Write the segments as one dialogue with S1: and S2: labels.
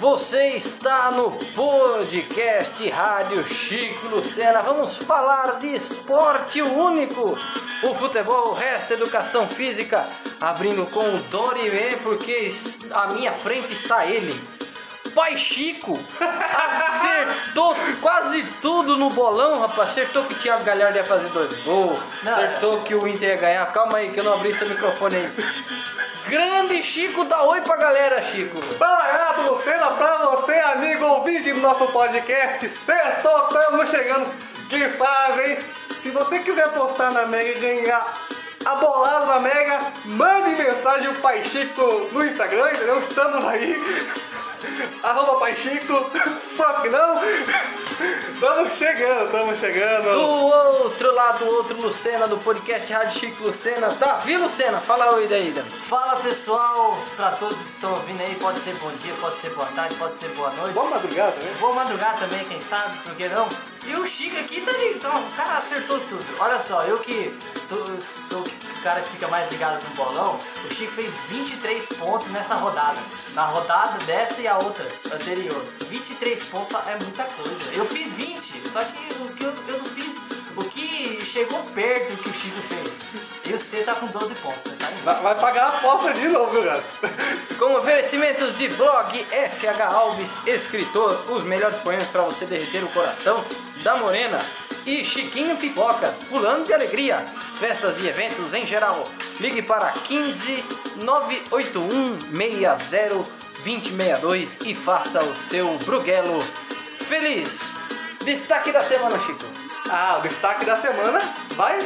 S1: Você está no podcast Rádio Chico Lucena. Vamos falar de esporte único. O futebol, o resto é educação física. Abrindo com o Dorimé, porque es- à minha frente está ele. Pai Chico acertou quase tudo no bolão, rapaz. Acertou que o Thiago Galhardo ia fazer dois gols.
S2: Não,
S1: acertou que o Inter ia ganhar. Calma aí que eu não abri seu microfone aí. Grande Chico, dá oi pra galera, Chico.
S2: Fala gato Lucena, pra você, amigo ouvinte do nosso podcast, sextou, estamos chegando de fase, hein? Se você quiser postar na Mega e ganhar a bolada da Mega, mande mensagem pro Pai Chico no Instagram, entendeu? Estamos aí. Arroba Pai Chico, só que não. Estamos chegando, estamos chegando.
S1: Do outro lado, o outro Lucena, do podcast Rádio Chico Lucena. Davi Lucena, fala oi daí, Davi.
S3: Fala pessoal, pra todos que estão ouvindo aí, pode ser bom dia, pode ser boa tarde, pode ser boa noite.
S2: Boa madrugada, né?
S3: Vou madrugar também, quem sabe, por que não? E o Chico aqui tá ali, então, o cara acertou tudo. Olha só, eu que tô- sou o cara que fica mais ligado no bolão, o Chico fez 23 pontos nessa rodada. Na rodada dessa e a outra anterior. 23 pontos é muita coisa. Eu fiz 20, só que o que eu, eu não fiz, o que chegou perto do que o Chico fez. E você tá com 12 pontos, você tá em
S2: Vai vai pagar a aposta de novo, meu gato.
S1: Com oferecimentos de blog FH Alves, escritor, os melhores poemas pra você derreter o coração da Morena. E Chiquinho Pipocas, pulando de alegria. Festas e eventos em geral. Ligue para 15 981 60 2062 e faça o seu Bruguelo feliz. Destaque da semana, Chico.
S2: Ah, o destaque da semana vai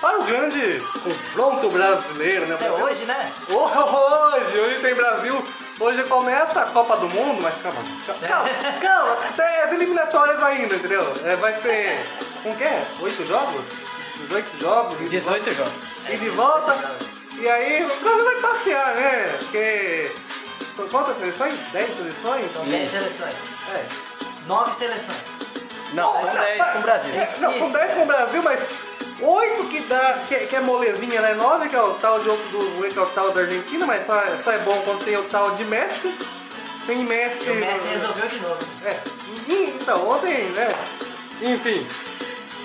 S2: para o grande confronto brasileiro, né?
S3: É hoje, né?
S2: Oh, hoje, hoje tem Brasil. Hoje começa a Copa do Mundo, mas calma. Calma, calma. É as eliminatórias ainda, entendeu? É, vai ser. Com que é? Oito jogos? 18 jogos? e de
S1: 18 jogos.
S2: volta- E de volta. E aí o Brasil vai passear, né? Porque. são Quantas seleções? 10 seleções?
S3: São 10 Então, seleções.
S2: É.
S3: 9 seleções.
S1: Não, são 10 com o Brasil.
S2: É, não, são 10 com o Brasil, mas 8 que dá, que, é- que é molezinha, né? 9 que é o tal de outro do que é o tal da Argentina, mas só, só é bom quando tem o tal de Messi. Tem Messi.
S3: E o Messi resolveu de novo.
S2: É. e- Então, ontem, né? Enfim.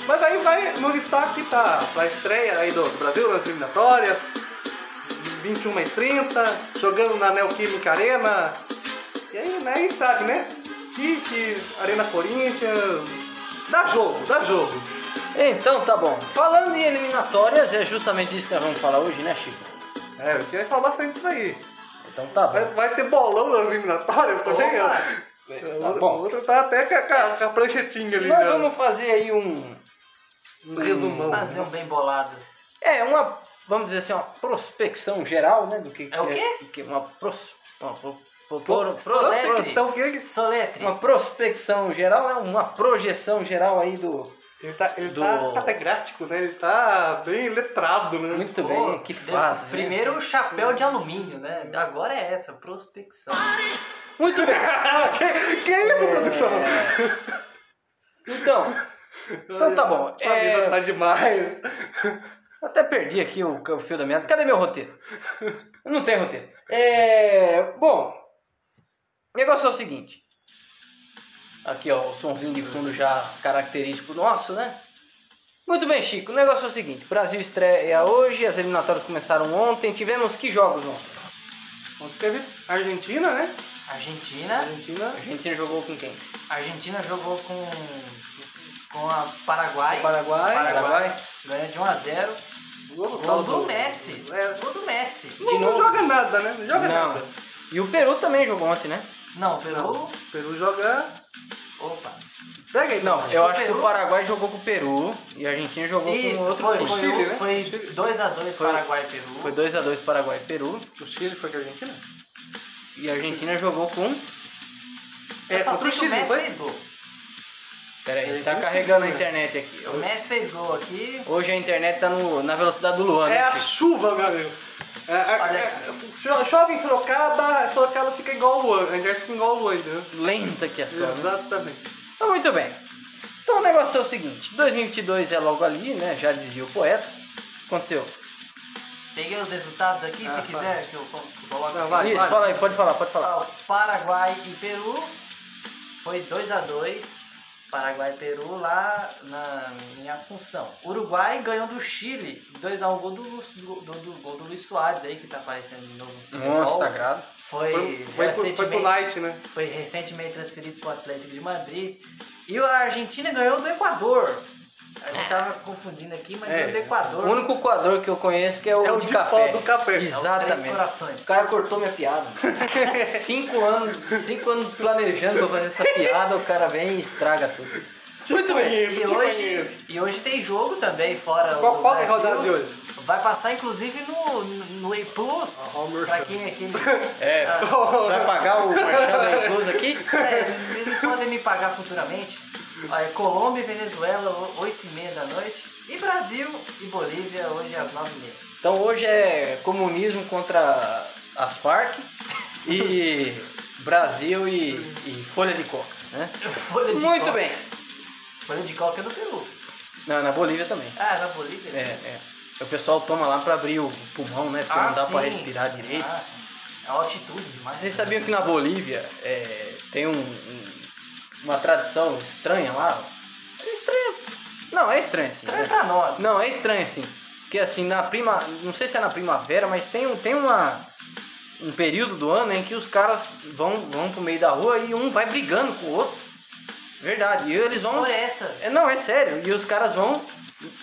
S2: Mas aí vai no destaque tá a estreia aí do, do Brasil nas eliminatórias. 21 e 30, jogando na Neoquímica Arena. E aí, né, aí sabe, né? Tite, Arena Corinthians. Dá jogo, dá jogo.
S1: Então tá bom. Falando em eliminatórias, é justamente isso que nós vamos falar hoje, né, Chico?
S2: É, eu queria falar bastante disso aí.
S1: Então tá
S2: Vai,
S1: bom.
S2: vai ter bolão na eliminatória, eu tô
S3: Opa!
S2: chegando.
S1: Tá
S2: O
S1: bom.
S2: outro tá até com a, com a- com a pranchetinha ali.
S1: Nós
S2: já.
S1: vamos fazer aí um.
S2: Um resumão.
S3: Fazer um bem bolado.
S1: É, uma. Vamos dizer assim, uma prospecção geral, né? Do que
S3: É o quê?
S1: do que uma pros. Uma, pro, pro-
S2: Pô,
S1: pro- né,
S3: pro-
S2: então,
S3: pro-
S2: Então, o que que-
S3: Soletre.
S1: uma prospecção geral, né? Uma projeção geral aí do.
S2: Ele tá, ele
S1: Do-
S2: tá catedrático, né? Ele tá bem letrado, né?
S1: Muito
S3: Pô,
S1: bem, que
S3: de-
S1: fase. né?
S3: Primeiro o chapéu de alumínio, né? Agora é essa, prospecção.
S1: Muito bem.
S2: Ah, que, que isso,
S1: É.
S2: produção?
S1: Então, então tá bom.
S2: Sua
S1: É,
S2: vida tá demais.
S1: Até perdi aqui o, o fio da meada. Cadê meu roteiro? Não tem roteiro. É. Bom. O negócio é o seguinte. Aqui, ó, o sonzinho de fundo já característico nosso, né? Muito bem, Chico. O negócio é o seguinte: Brasil estreia hoje, as eliminatórias começaram ontem. Tivemos que jogos ontem?
S2: Ontem teve Argentina, né?
S3: Argentina.
S2: Argentina.
S1: A Argentina jogou com quem?
S3: Argentina jogou com, com a Paraguai.
S2: O Paraguai.
S1: Paraguai?
S3: Ganhou de 1 a 0
S2: O
S3: Gol do Messi.
S2: É.
S3: Gol do Messi.
S2: Não, não
S1: novo.
S2: joga nada, né? Não joga nada.
S1: Não. E o Peru também jogou ontem, né?
S3: Não, Peru.
S2: O Peru joga.
S3: Opa.
S2: Pega aí,
S1: Não,
S2: Pedro.
S1: eu
S3: o
S1: acho que o
S3: Peru-
S1: Paraguai jogou com o Peru e a Argentina jogou com
S3: Isso,
S1: outro
S3: foi,
S1: time.
S2: time. Chile, né?
S3: foi,
S2: Chile.
S3: foi 2x2
S1: Foi-
S3: Paraguai e Peru.
S1: Foi 2x2 Paraguai e Peru.
S2: O Chile foi com a Argentina?
S1: E a Argentina jogou com.
S2: É,
S3: Eu só
S2: contra o
S3: sei que
S2: Chile,
S3: Messi
S2: foi?
S3: fez gol.
S1: Pera aí, tá carregando a internet aqui.
S3: O Messi fez gol aqui.
S1: Hoje a internet tá no- na velocidade do Luan,
S2: É
S1: né?
S2: a
S1: Chico?
S2: chuva, meu amigo. É,
S3: Olha
S2: é, é, cho- chove em Sorocaba, Sorocaba fica igual o Luan, a gente fica igual o Luan, entendeu?
S1: Lenta que é só, né?
S2: Exatamente.
S1: Então, muito bem. Então, o negócio é o seguinte. 2022 é logo ali, né? Já dizia o poeta. Aconteceu.
S3: Peguei os resultados aqui, se
S2: Ah,
S3: quiser que eu co- que eu coloque.
S2: Não,
S3: aqui.
S2: vai,
S1: Isso,
S2: vai.
S1: fala aí, pode falar, pode falar.
S3: Ó, o Paraguai e Peru foi 2 a 2 Paraguai e Peru lá na, em Assunção. Uruguai ganhou do Chile 2x1 gol do, Lu- do, do, do- gol do Luiz Soares aí que tá aparecendo de novo. no
S1: Nossa,
S3: futebol.
S1: sagrado.
S3: Foi,
S2: Foi, foi, pro- foi pro
S3: recentemente-
S2: Light, né?
S3: foi recentemente transferido para o Atlético de Madrid. E a Argentina ganhou do Equador. A gente tava confundindo aqui, mas
S2: É,
S3: ganhou do Equador.
S1: O único coador que eu conheço que é o,
S2: É o
S1: de,
S2: de
S1: café.
S2: pau do café. É o Três
S1: Exatamente.
S3: Corações.
S1: O cara cortou minha piada. cinco anos, cinco anos planejando pra fazer essa piada, o cara vem e estraga tudo. Muito bem.
S3: E
S2: Tipo
S3: hoje, e hoje tem jogo também fora
S2: Qual-
S3: do
S2: qual que é a
S3: Brasil.
S2: rodada de hoje?
S3: Vai passar inclusive no, no, no E Plus.
S2: Ah, o merchan.
S3: Pra quem é aquele.
S1: É, você vai pagar o Marcelo Incluso aqui?
S3: É, eles- eles podem me pagar futuramente. Aí, Colômbia e Venezuela, 8h30 da noite. E Brasil e Bolívia, hoje às 9h30.
S1: Então hoje é comunismo contra as Farc e Brasil e, e Folha de Coca, né?
S3: Folha de
S1: Muito
S3: coca.
S1: bem.
S3: Folha de coca é do Peru.
S1: Não, na Bolívia também.
S3: Ah, na Bolívia?
S1: É, é. O pessoal toma lá pra abrir o pulmão, né? Porque não dá pra
S3: Ah, sim.
S1: respirar direito.
S3: Ah, é a altitude demais. né?
S1: Vocês sabiam que na Bolívia é, tem um- um- uma tradição estranha lá? É estranha. Não, é estranha assim.
S3: Estranho
S1: né?
S3: Então pra nós.
S1: Não, é estranho assim. Porque assim, na prima. Não sei se é na primavera, mas tem, um- tem uma. Um período do ano em que os caras vão, vão pro meio da rua e um vai brigando com o outro. Verdade. E eles vão.
S3: Por essa.
S1: É, não, é sério. E os caras vão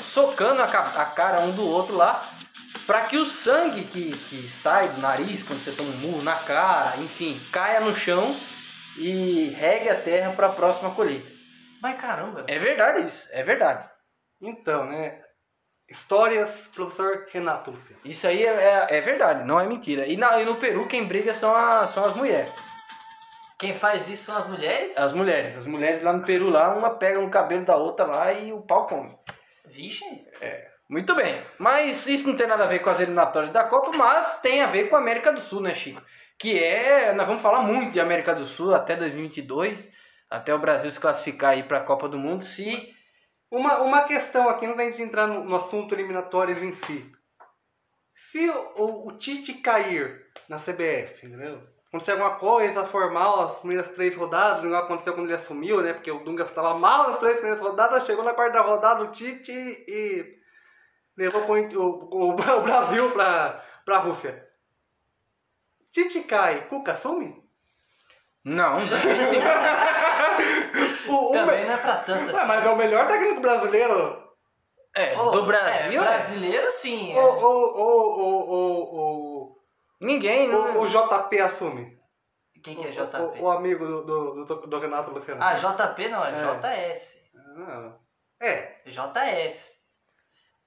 S1: socando a, ca- a cara um do outro lá pra que o sangue que, que sai do nariz quando você toma um murro na cara, enfim, caia no chão e regue a terra pra próxima colheita.
S3: Mas caramba.
S1: É verdade isso, é verdade.
S2: Então, né? Histórias, professor Renato Luciano.
S1: Isso aí é, é- é verdade, não é mentira. E, na- e no Peru quem briga são, a- são as mulheres.
S3: Quem faz isso são as mulheres?
S1: As mulheres. As mulheres lá no Peru, lá, uma pega no cabelo da outra lá e o pau come.
S3: Vixe.
S1: Muito bem, mas isso não tem nada a ver com as eliminatórias da Copa, mas tem a ver com a América do Sul, né, Chico? Que é, nós vamos falar muito de América do Sul até 2022, até o Brasil se classificar aí para a Copa do Mundo, se
S2: Uma, uma questão aqui, antes da gente entrar no, no assunto eliminatórias em si. Se o, o- o Tite cair na CBF, entendeu? Acontecer alguma coisa formal, as primeiras três rodadas, igual aconteceu quando ele assumiu, né? Porque o Dunga estava mal nas três primeiras rodadas, chegou na quarta rodada o Tite e, e levou o, o, o Brasil para a Rússia. Tite cai, Cuca assume?
S1: não, de jeito nenhum.
S2: O, o
S3: Também
S2: me-
S3: não é pra tanto
S2: Ué,
S3: assim.
S2: mas é o melhor técnico brasileiro.
S1: é,
S3: Oh,
S1: do Brasil,
S3: é,
S1: né?
S3: brasileiro sim. é.
S2: Ou, ou, ou, ou, ou, ou-
S1: ninguém, né?
S2: ou- ou JP assume?
S3: Quem que é
S2: O- o-
S3: JP?
S2: O, amigo do, do, do- do Renato Luciano.
S3: Ah, JP não, é,
S2: É.
S3: JS.
S2: Ah, é.
S3: JS.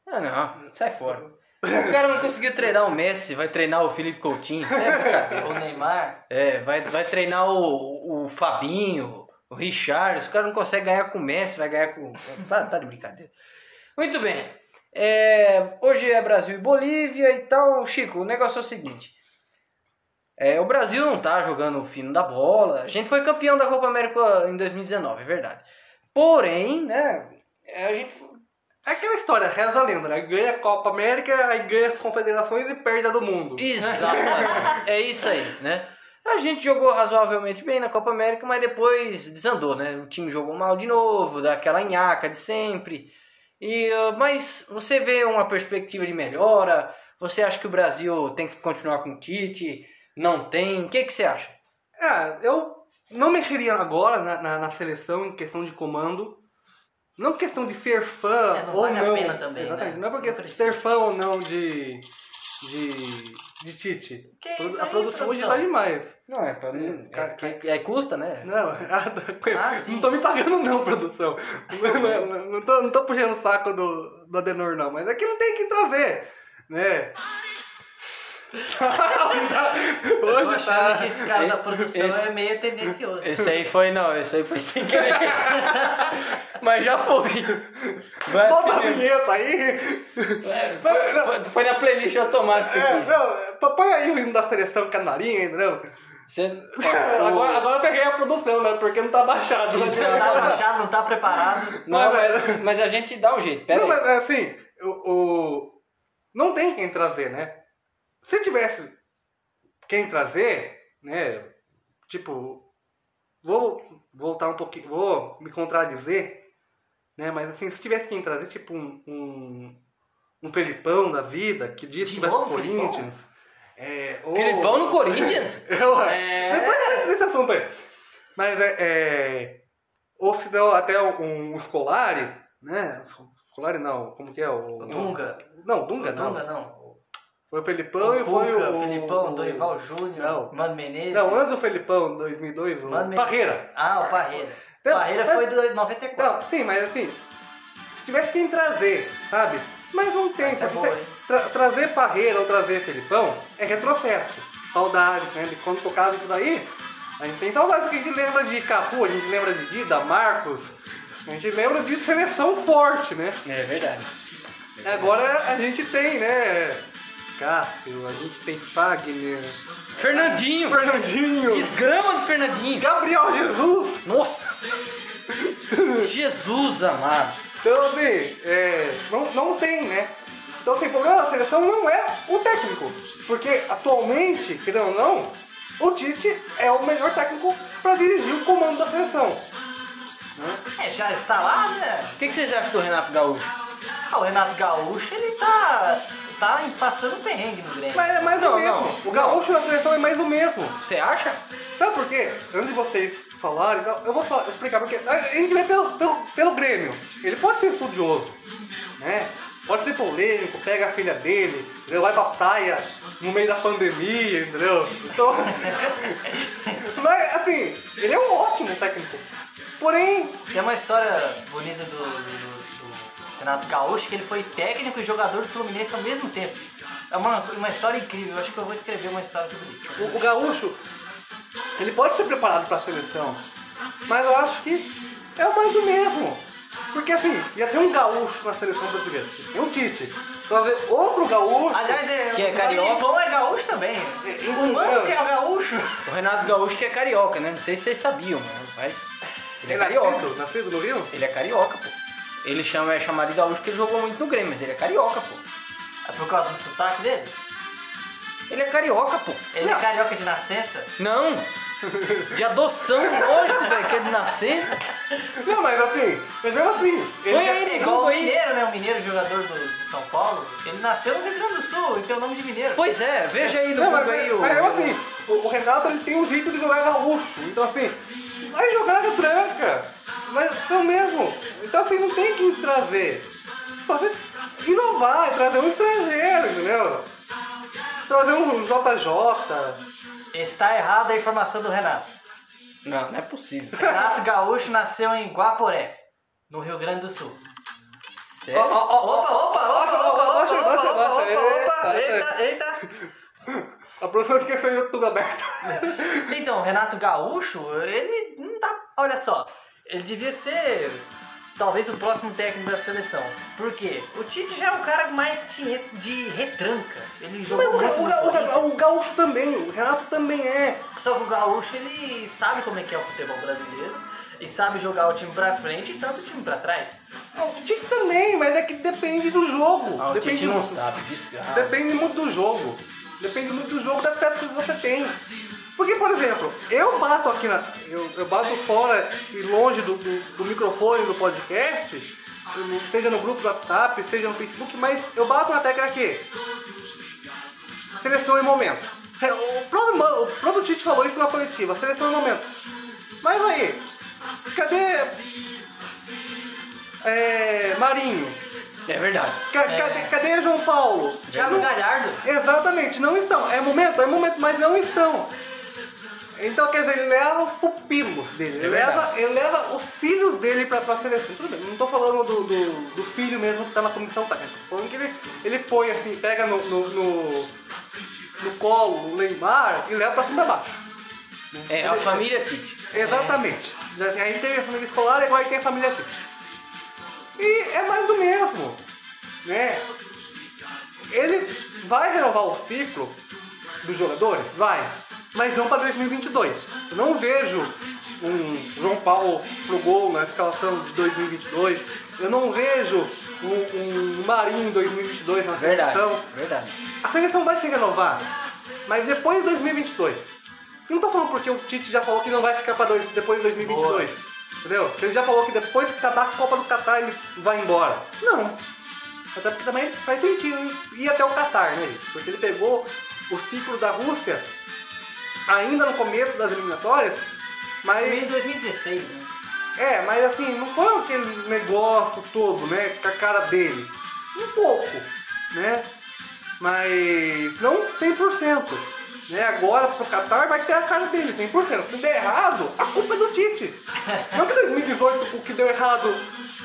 S1: Ah, não, sai fora. O cara não conseguiu treinar o Messi, vai treinar o Felipe Coutinho, isso é brincadeira.
S3: O Neymar.
S1: É, vai, vai treinar o, o Fabinho, o Richard. O cara não consegue ganhar com o Messi, vai ganhar com. Tá, tá de brincadeira. Muito bem. É, hoje é Brasil e Bolívia e tal. Chico, o negócio é o seguinte. É, o Brasil não tá jogando o fino da bola. A gente foi campeão da Copa América em 2019, é verdade. Porém, né? A gente. foi-
S2: É aquela história, reza a lenda, né? Ganha a Copa América, aí ganha as confederações e perde a do mundo.
S1: Exatamente. é isso aí, né? A gente jogou razoavelmente bem na Copa América, mas depois desandou, né? O time jogou mal de novo, daquela nhaca de sempre. E, ah, mas você vê uma perspectiva de melhora? Você acha que o Brasil tem que continuar com o Tite? Não tem? O que, que você acha?
S2: É, eu não mexeria agora na, na, na seleção em questão de comando. Não questão de ser fã
S3: É, não
S2: ou
S3: vale a
S2: não.
S3: pena também,
S2: Exatamente.
S3: né?
S2: Não é porque
S3: Não precisa.
S2: ser fã ou não de. de. de Tite.
S3: Que isso
S2: a
S3: aí,
S2: produção hoje
S3: produção?
S2: está demais.
S1: Não, é pra
S2: mim-
S1: É, que- é custa, né?
S2: Não, ah, não
S3: Ah, sim.
S2: tô me pagando não, produção. Não, não- não tô, não tô puxando o saco do, do Adenor, não, mas é que não tem que trazer, né?
S3: Eu tô
S2: Hoje
S3: achando
S2: tá...
S3: que esse cara da
S1: Esse-
S3: produção
S1: esse-
S3: é meio tendencioso.
S1: Esse aí foi, não, esse aí foi sem querer. mas já foi. Vai
S2: Bota a
S1: assim mesmo.
S2: vinheta aí.
S1: É, foi, foi- foi na playlist automática.
S2: É,
S1: aqui.
S2: não, papai aí o hino da seleção canarinha, entendeu?
S1: Você-
S2: Agora, agora eu peguei a produção, né? Porque não tá baixado. né?
S1: Isso,
S3: Não tá baixado, não tá preparado.
S1: Não, mas, mas a gente dá um jeito, pera
S2: Não,
S1: aí.
S2: mas assim, o, o- não tem quem trazer, né? Se tivesse quem trazer, né? Tipo, vou voltar um pouquinho, vou me contradizer, né? Mas assim, se tivesse quem trazer, tipo, um, um, um Felipão da vida, que diz
S3: De
S2: que vai pro
S3: novo, Felipão?
S2: Corinthians. É, ou-
S1: Filipão no Corinthians?
S2: Eu,
S3: É.
S2: Depois é esse assunto aí. Mas é. é, ou se não, até um, um Scolari, né? Scolari não, como que é? O,
S3: O Dunga.
S2: Não,
S3: O
S2: Dunga não.
S3: Dunga não.
S2: Foi o Felipão
S3: O
S2: e foi
S3: Cuca,
S2: o.
S3: Felipão,
S2: o-
S3: Dorival Júnior,
S2: Não.
S3: Mano Menezes.
S2: Não, antes do Felipão, 2002, o
S3: Mano,
S2: Parreira.
S3: Ah, o Parreira.
S2: Não,
S3: Parreira
S2: mas-
S3: foi do 94.
S2: Não, sim, mas assim, se tivesse quem trazer, sabe? Mas não tem,
S3: Essa é
S2: porque
S3: boa,
S2: você-
S3: hein?
S2: tra- trazer Parreira ou trazer Felipão é retrocesso. Saudade, né? De Quando tocava isso daí, a gente tem saudade, porque a gente lembra de Cafu, a gente lembra de Dida, Marcos, a gente lembra de seleção forte, né?
S1: É verdade.
S2: Agora a gente tem, né? Cássio, a gente tem Fagner,
S1: Fernandinho!
S2: Fernandinho,
S1: Desgrama do Fernandinho!
S2: Gabriel Jesus.
S1: Nossa! Jesus amado!
S2: Então, assim, é, não, não tem, né? Então, assim, o problema da seleção não é o técnico. Porque, atualmente, querendo ou não, o Tite é o melhor técnico para dirigir o comando da seleção.
S3: É, já está lá, né?
S1: O que, que vocês acham do Renato Gaúcho?
S3: Ah, o Renato Gaúcho, ele tá, tá passando perrengue no Grêmio.
S2: Mas é mais
S1: Não,
S2: o mesmo.
S1: não,
S2: o gaúcho na seleção é mais o mesmo.
S1: Você acha?
S2: Sabe por quê? Antes de vocês falarem, então, eu vou só explicar porque a gente vê pelo, pelo, pelo Grêmio. Ele pode ser estudioso, né? Pode ser polêmico, pega a filha dele, ele vai pra praia no meio da pandemia, entendeu? Então. Mas assim, ele é um ótimo técnico. Porém,
S3: Tem uma história bonita do, do- do Renato Gaúcho, que ele foi técnico e jogador do Fluminense ao mesmo tempo. É uma, uma história incrível, eu acho que eu vou escrever uma história sobre isso.
S2: o, o gaúcho, ele pode ser preparado pra seleção. Mas eu acho que é mais do mesmo. Porque assim, ia ter um gaúcho na seleção brasileira. Tem um Tite. Trazer outro gaúcho.
S3: Aliás, é,
S1: Que é
S3: o
S1: carioca.
S3: Filipão é gaúcho também. O Mano que é gaúcho.
S1: O Renato Gaúcho que é carioca, né? Não sei se vocês sabiam, mas. Ele é carioca.
S2: nascido, nascido no Rio?
S1: Ele é carioca, pô. Ele chama, é chamado de gaúcho porque ele jogou muito no Grêmio, mas ele é carioca, pô.
S3: É por causa do sotaque dele?
S1: Ele é carioca, pô.
S3: Ele
S2: Não.
S3: é carioca de nascença?
S1: Não! De adoção, lógico, velho, que é de nascença.
S2: Não, mas assim, mas mesmo assim, ele
S1: Oi,
S2: já-
S1: aí,
S3: É
S1: nego,
S3: igual o
S1: aí.
S3: Mineiro, né? O Mineiro jogador do, de São Paulo. Ele nasceu no Rio Grande do Sul e tem o nome de Mineiro.
S1: Pois é, veja aí no
S2: Não, mas,
S1: Google aí
S2: mas,
S1: o.
S2: mas mesmo assim, o, o Renato ele tem um jeito de jogar gaúcho. Então assim, vai jogar na tranca. Mas são mesmo. Então assim, não tem que trazer. Só você inovar, trazer um estrangeiro, entendeu? Trazer um JJ.
S3: Está errada a informação do Renato.
S1: Não, não é possível.
S3: Renato Gaúcho nasceu em Guaporé, no Rio Grande do Sul.
S2: Ó,
S1: Sério?
S2: ó, ó,
S3: Opa, opa, opa,
S2: ó,
S3: opa,
S2: ó,
S3: opa,
S2: ó,
S3: opa,
S2: ó, ó,
S3: opa,
S2: ó, ó,
S3: opa,
S2: ó,
S3: eita, eita.
S2: A professora esqueceu o YouTube aberto.
S3: Então, o Renato Gaúcho, ele não tá. Olha só, ele devia ser talvez o próximo técnico da seleção. Por quê? O Tite já é o cara mais de, re- de retranca. Ele
S2: Mas
S3: jogou
S2: o,
S3: muito
S2: ga- o,
S3: no
S2: ga- o,
S3: Corinthians.
S2: ga- o gaúcho também, o Renato também é.
S3: Só que o Gaúcho, ele sabe como é que é o futebol brasileiro e sabe jogar o time pra frente e tanto o time pra trás.
S2: O Tite também, mas é que depende do jogo.
S1: Ah, o
S2: depende
S1: Tite não
S2: muito.
S1: sabe, Ah, desgraça.
S2: Depende muito do jogo. Depende muito do jogo das peças que você tem. Porque, por exemplo, eu bato aqui na. Eu, eu bato fora e longe do, do- do microfone do podcast, no- seja no grupo do WhatsApp, seja no Facebook, mas eu bato na tecla aqui. Seleção e momento. É, O próprio, Ma- o próprio Tite falou isso na coletiva, seleção e momento. Mas aí, cadê. É, Marinho?
S1: É verdade.
S2: Ca- Cadê, cadê João Paulo?
S3: Thiago
S2: Não-
S3: Galhardo,
S2: Exatamente, não estão. É momento, é momento, mas não estão. Então, quer dizer, ele leva os pupilos dele, ele, leva,
S1: verdade.
S2: ele leva os filhos dele pra, pra seleção. Tudo bem, não tô falando do, do, do filho mesmo que tá na comissão técnica. Tô falando que ele, ele põe assim, pega no, no, no, no colo o Neymar e leva pra cima e pra baixo.
S1: É, a família Tite.
S2: Exatamente. A gente tem a família escolar e agora tem a família Pitt. E é mais do mesmo. Né? Ele vai renovar o ciclo dos jogadores? Vai. Mas não para 2022. Eu não vejo um João Paulo pro gol na escalação de 2022. Eu não vejo um, um Marinho em 2022 na
S1: Verdade.
S2: seleção.
S1: Verdade.
S2: A seleção vai se renovar, mas depois de 2022. Eu não tô falando porque o Tite já falou que não vai ficar pra dois- depois de 2022. Entendeu? Porque Ele já falou que depois que acabar a Copa do Catar ele vai embora. Não. Até porque também faz sentido hein? ir até o Catar, né? gente? Porque ele pegou o ciclo da Rússia ainda no começo das eliminatórias,
S3: Em
S2: mas
S3: 2016, né?
S2: é, mas assim, não foi aquele negócio todo, né? Com a cara dele. Um pouco, né? Mas não 100%. Né? Agora pro Qatar vai ter a cara dele, 100%. Se der errado, a culpa é do Tite. Não que 2018 o que deu errado,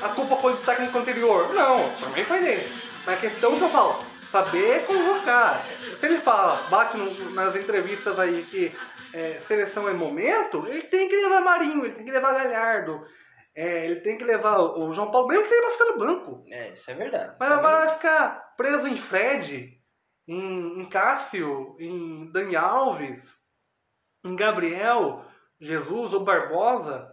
S2: a culpa foi do técnico anterior. Não, também foi dele. Mas a questão é que eu falo, saber convocar. Se ele fala, bate no- nas entrevistas aí que é, seleção é momento, ele tem que levar Marinho, ele tem que levar Galhardo, é, ele tem que levar o o João Paulo, mesmo que seja pra ficar no banco.
S1: É, isso é verdade.
S2: Mas agora vai ficar preso em Fred, em, em Cássio, em Dani Alves, em Gabriel, Jesus ou Barbosa.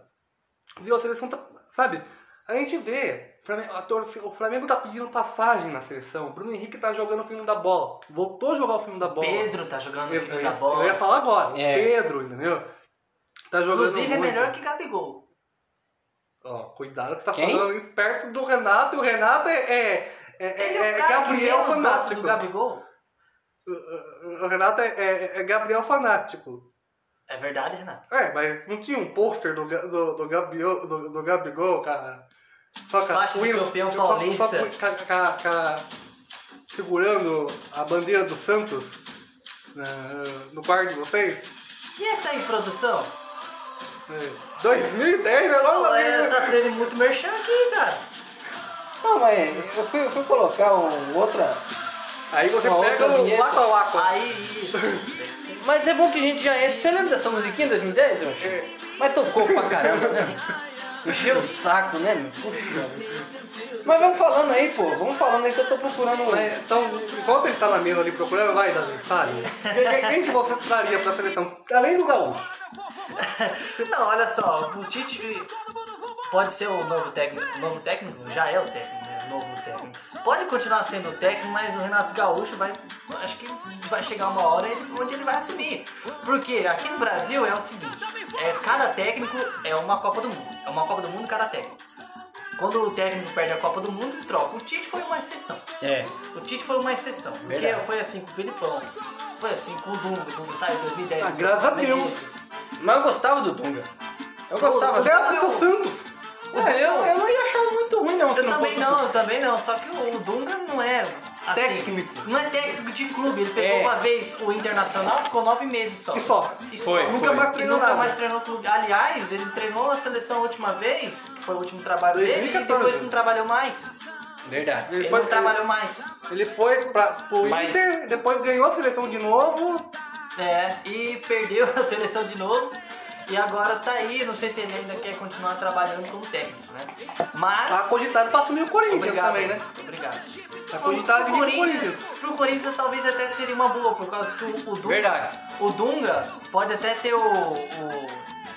S2: Viu? A seleção tá. Sabe? A gente vê. Flamengo- a torce- O Flamengo tá pedindo passagem na seleção. Bruno Henrique tá jogando o filme da bola. Voltou a jogar o filme da bola.
S3: Pedro tá jogando no
S2: eu,
S3: filme
S2: eu
S3: da
S2: ia,
S3: bola.
S2: eu ia falar agora.
S1: É.
S2: Pedro, entendeu? Tá jogando
S3: Inclusive é
S2: muito.
S3: melhor que Gabigol.
S2: Ó, cuidado que você tá
S1: Quem?
S2: falando isso perto do Renato. E o Renato é. é, é,
S3: Ele
S2: é
S3: o cara que
S2: Gabriel
S3: menos gosta
S2: fanático.
S3: do Gabigol.
S2: O- o- O Renato é, é- é Gabriel fanático.
S3: É verdade, Renato.
S2: É, mas não tinha um pôster do, Ga- do, do, Gabriel, do, do Gabigol, cara? Só com a
S3: Faixa de
S2: cuíra-
S3: campeão
S2: só- Só,
S3: paulista.
S2: com- com- com- com- segurando a bandeira do Santos na- no quarto de vocês?
S3: E essa aí, produção?
S2: É. 2010 é logo ali.
S3: Olha, tá tendo muito merchan aqui, cara.
S1: Não, mas eu fui, eu fui colocar um, outra.
S2: Aí você
S1: Uma
S2: pega
S1: outra
S2: o
S1: vinheta.
S2: Waka Waka.
S3: Aí, isso.
S1: Mas é bom que a gente já entra. Você lembra dessa musiquinha em 2010? Eu?
S2: É.
S1: Mas tocou pra caramba, né? Encheu o saco, né? meu? Puxa vida. Mas vamos falando aí, pô. Vamos falando aí que eu tô procurando. um
S2: Mas, então, enquanto ele tá na mesa ali procurando, vai, Davi, fale. Quem- Quem que você traria pra seleção? Além do Gaúcho.
S3: Não, olha só, o Tite pode ser o novo técnico. O novo técnico já é o técnico, né? O novo técnico. Pode continuar sendo o técnico, mas o Renato Gaúcho vai. Acho que vai chegar uma hora onde ele vai assumir. Porque aqui no Brasil é o seguinte, é, cada técnico é uma Copa do Mundo. É uma Copa do Mundo cada técnico. Quando o técnico perde a Copa do Mundo, troca. O Tite foi uma exceção.
S1: É.
S3: O Tite foi uma exceção. Porque
S1: Verdade.
S3: foi assim com o Filipão. Foi assim com o Dunga. O Dunga saiu em 2010.
S2: Ah, graças a Deus.
S3: Menezes.
S1: Mas eu gostava do Dunga. Eu gostava
S2: Ele
S1: do
S2: era pro Santos.
S1: É, eu, eu não ia achar muito ruim, não. Se
S3: Eu
S1: não
S3: também
S1: fosse
S3: não, eu também não. Só que o Dunga não é assim,
S2: Técnico.
S3: Não é técnico de clube. Ele pegou
S1: É.
S3: uma vez o Internacional, ficou nove meses só.
S2: E só.
S3: E
S1: Foi,
S3: só.
S2: Nunca
S1: foi.
S2: mais
S3: E
S2: treinou
S3: nunca
S2: nada.
S3: mais treinou clube. Aliás, ele treinou a seleção a última vez, que foi o último trabalho dele, e
S2: 2014.
S3: depois não trabalhou mais.
S1: assim. Verdade.
S2: Ele
S3: Ele
S2: foi-
S3: não trabalhou mais.
S2: Ele foi pra, pro
S1: Mas-
S2: Inter, depois ganhou a seleção de novo.
S3: É, e perdeu a seleção de novo. E agora tá aí, não sei se ele ainda quer continuar trabalhando como técnico, né? Mas.
S2: Tá cogitado pra assumir o Corinthians
S3: Obrigado,
S2: também, né?
S3: Obrigado.
S2: Tá cogitado de
S3: Pro
S2: vir pro Corinthians.
S3: Pro Corinthians talvez até seria uma boa, por causa que o, o Dunga.
S1: Verdade.
S3: O Dunga pode até ter o. o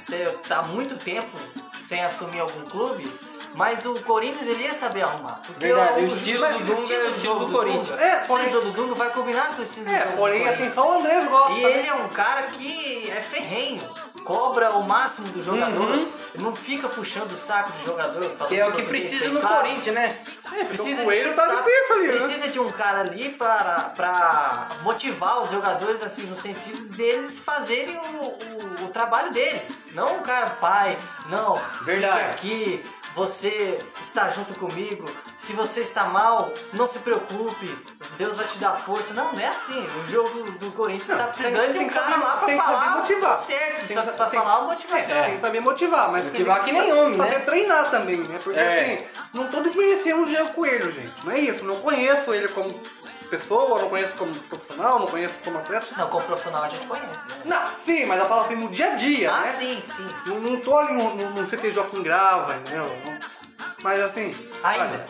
S3: ter, tá muito tempo sem assumir algum clube, mas o Corinthians ele ia saber arrumar. Porque
S1: Verdade, o estilo
S3: mas
S1: do Dunga é o
S3: de
S1: estilo
S3: jogo
S1: do Corinthians.
S3: Dunga-
S2: É,
S3: o estilo
S2: porém-
S3: de jogo do Dunga vai combinar com o estilo do jogo
S2: É,
S3: do
S2: porém
S3: Corinthians.
S2: assim, só o Andrés gosta.
S3: E ele é um cara que é ferrenho, cobra o máximo do jogador,
S1: Uhum.
S3: ele não fica puxando o saco do jogador. falando
S1: Que é o que
S3: tudo
S1: precisa
S3: bem,
S1: no
S3: claro.
S1: Corinthians, né?
S2: É,
S3: Precisa
S2: o Coelho
S3: de-
S2: tá difícil ali, né?
S3: Precisa de um cara ali para, para motivar os jogadores, assim, no sentido deles fazerem o, o, o trabalho deles. Não um cara pai, não,
S1: Verdade.
S3: fica aqui, você está junto comigo, se você está mal, não se preocupe, Deus vai te dar força. Não, não é assim. O jogo do Corinthians tá precisando de
S2: tem
S3: um
S2: que
S3: cara
S2: saber-
S3: lá pra
S2: tem que
S3: falar
S2: saber motivar.
S3: o certo,
S2: Tem
S3: sabe,
S2: que-
S3: pra
S2: tem que-
S3: falar a motivação.
S2: É, tem que saber motivar, mas
S1: Motivar
S2: tem
S1: que nem homem,
S2: saber
S1: né?
S2: treinar também, né? Porque
S1: É.
S2: assim, não tô desmerecendo o Diego Coelho, gente. Não é isso. Não conheço ele como pessoa, não conheço como profissional, não conheço como atleta.
S3: Não, como profissional a gente conhece, né?
S2: Não, sim, mas eu falo assim no dia a dia,
S3: Ah,
S2: né?
S3: sim, sim.
S2: Não, não tô ali num, num, num CTJ com grava, entendeu? Não- Mas assim.
S3: Ainda,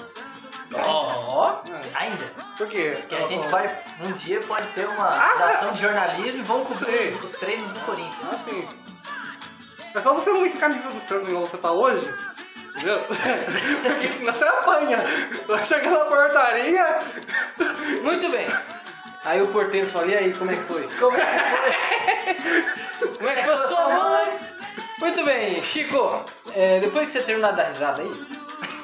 S1: Ó.
S2: sabe?
S3: ainda.
S2: É, Por quê?
S3: Que a gente
S2: Eu-
S3: vai, um dia pode ter uma
S2: Ah,
S3: redação de jornalismo e vamos cobrir
S2: Sim.
S3: os, os treinos do Corinthians.
S2: Assim. É só você não ir com a camisa do Santos igual você tá hoje. Entendeu? Porque senão você apanha. Vai chegar na portaria.
S1: Muito bem. Aí o porteiro falou, e aí, como é que foi?
S3: Como é que
S1: Como é que foi sua mãe? Muito bem, Chico. é, depois que você terminar da risada aí,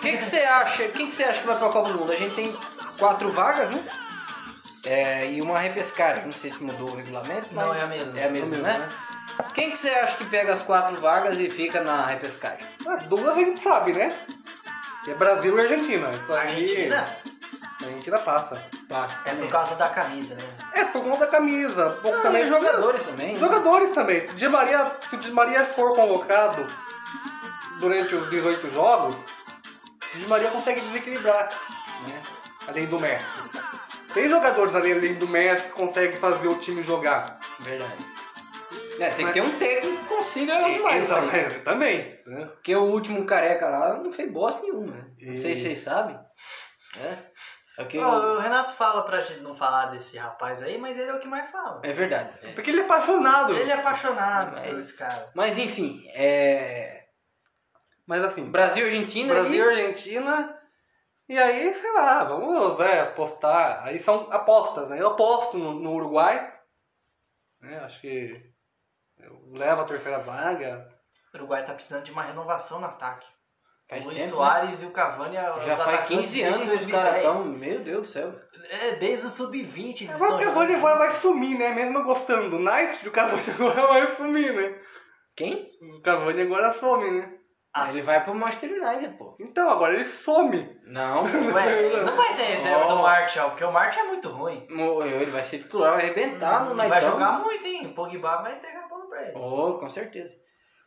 S1: quem que você acha? Quem que você acha que vai pra Copa do Mundo? A gente tem quatro vagas, né? É, e uma repescagem. Não sei se mudou o regulamento, mas
S3: Não, é a mesma.
S1: É a mesma,
S2: É a mesma,
S1: né?
S2: né?
S1: Quem que você acha que pega as quatro vagas e fica na repescagem?
S2: Ah, Duas a gente sabe, né? Que é Brasil e Argentina. Isso
S3: foi?
S2: aí-
S3: Argentina?
S2: A Argentina passa.
S1: Passa.
S3: É por causa da camisa, né?
S2: É, por conta da camisa.
S1: Não,
S2: Por
S3: Ah,
S2: conta também
S1: e jogadores também. né?
S2: Jogadores também. Di Maria, se o Di Maria for convocado durante os 18 jogos, o Di Maria consegue desequilibrar, né? Além do Messi. Tem jogadores ali além do Messi que conseguem fazer o time jogar.
S1: Verdade. É, tem que ter um técnico que consiga
S3: um
S1: mais. né?
S2: Então, é, também. né?
S1: Porque o último careca lá não fez bosta nenhuma. né? Não
S2: E-
S1: sei se vocês sabem. É. É, o que
S3: Ó, o Renato fala pra gente não falar desse rapaz aí, mas ele é o que mais fala.
S1: é verdade. é.
S2: Porque ele é apaixonado.
S3: Ele é apaixonado
S1: É.
S3: por esse cara.
S1: Mas enfim, é...
S2: Mas assim,
S1: Brasil e Argentina.
S2: Brasil e Argentina. E aí, sei lá, vamos né, apostar. Aí são apostas, né? Eu aposto no, no Uruguai. Né? Acho que eu levo a terceira vaga.
S3: O Uruguai tá precisando de uma renovação no ataque.
S1: E... Faz
S3: o Luiz
S1: tempo, né?
S3: Soares e o Cavani os
S1: Já faz
S3: atacantes
S1: 15
S3: desde
S1: anos que os caras
S3: 2010.
S1: estão. Meu Deus do céu.
S3: É, desde o sub-20 eles
S2: É, Mas
S3: estão
S2: o Cavani
S3: jogando.
S2: agora vai sumir, né? Mesmo eu gostando do Knight, o Cavani agora vai sumir, né?
S1: Quem?
S2: O Cavani agora some, né?
S3: Ah,
S1: Ele vai pro Master United, pô.
S2: Então, agora ele some.
S1: Não.
S3: Ué, não vai ser reserva do
S1: Ó.
S3: Martial, porque o Martial é muito ruim.
S1: Morreu, ele vai ser titular, vai arrebentar no
S3: Ele
S1: Naitão.
S3: Hum, vai jogar muito, hein? O Pogba vai entregar a bola pra ele.
S1: Oh, com certeza.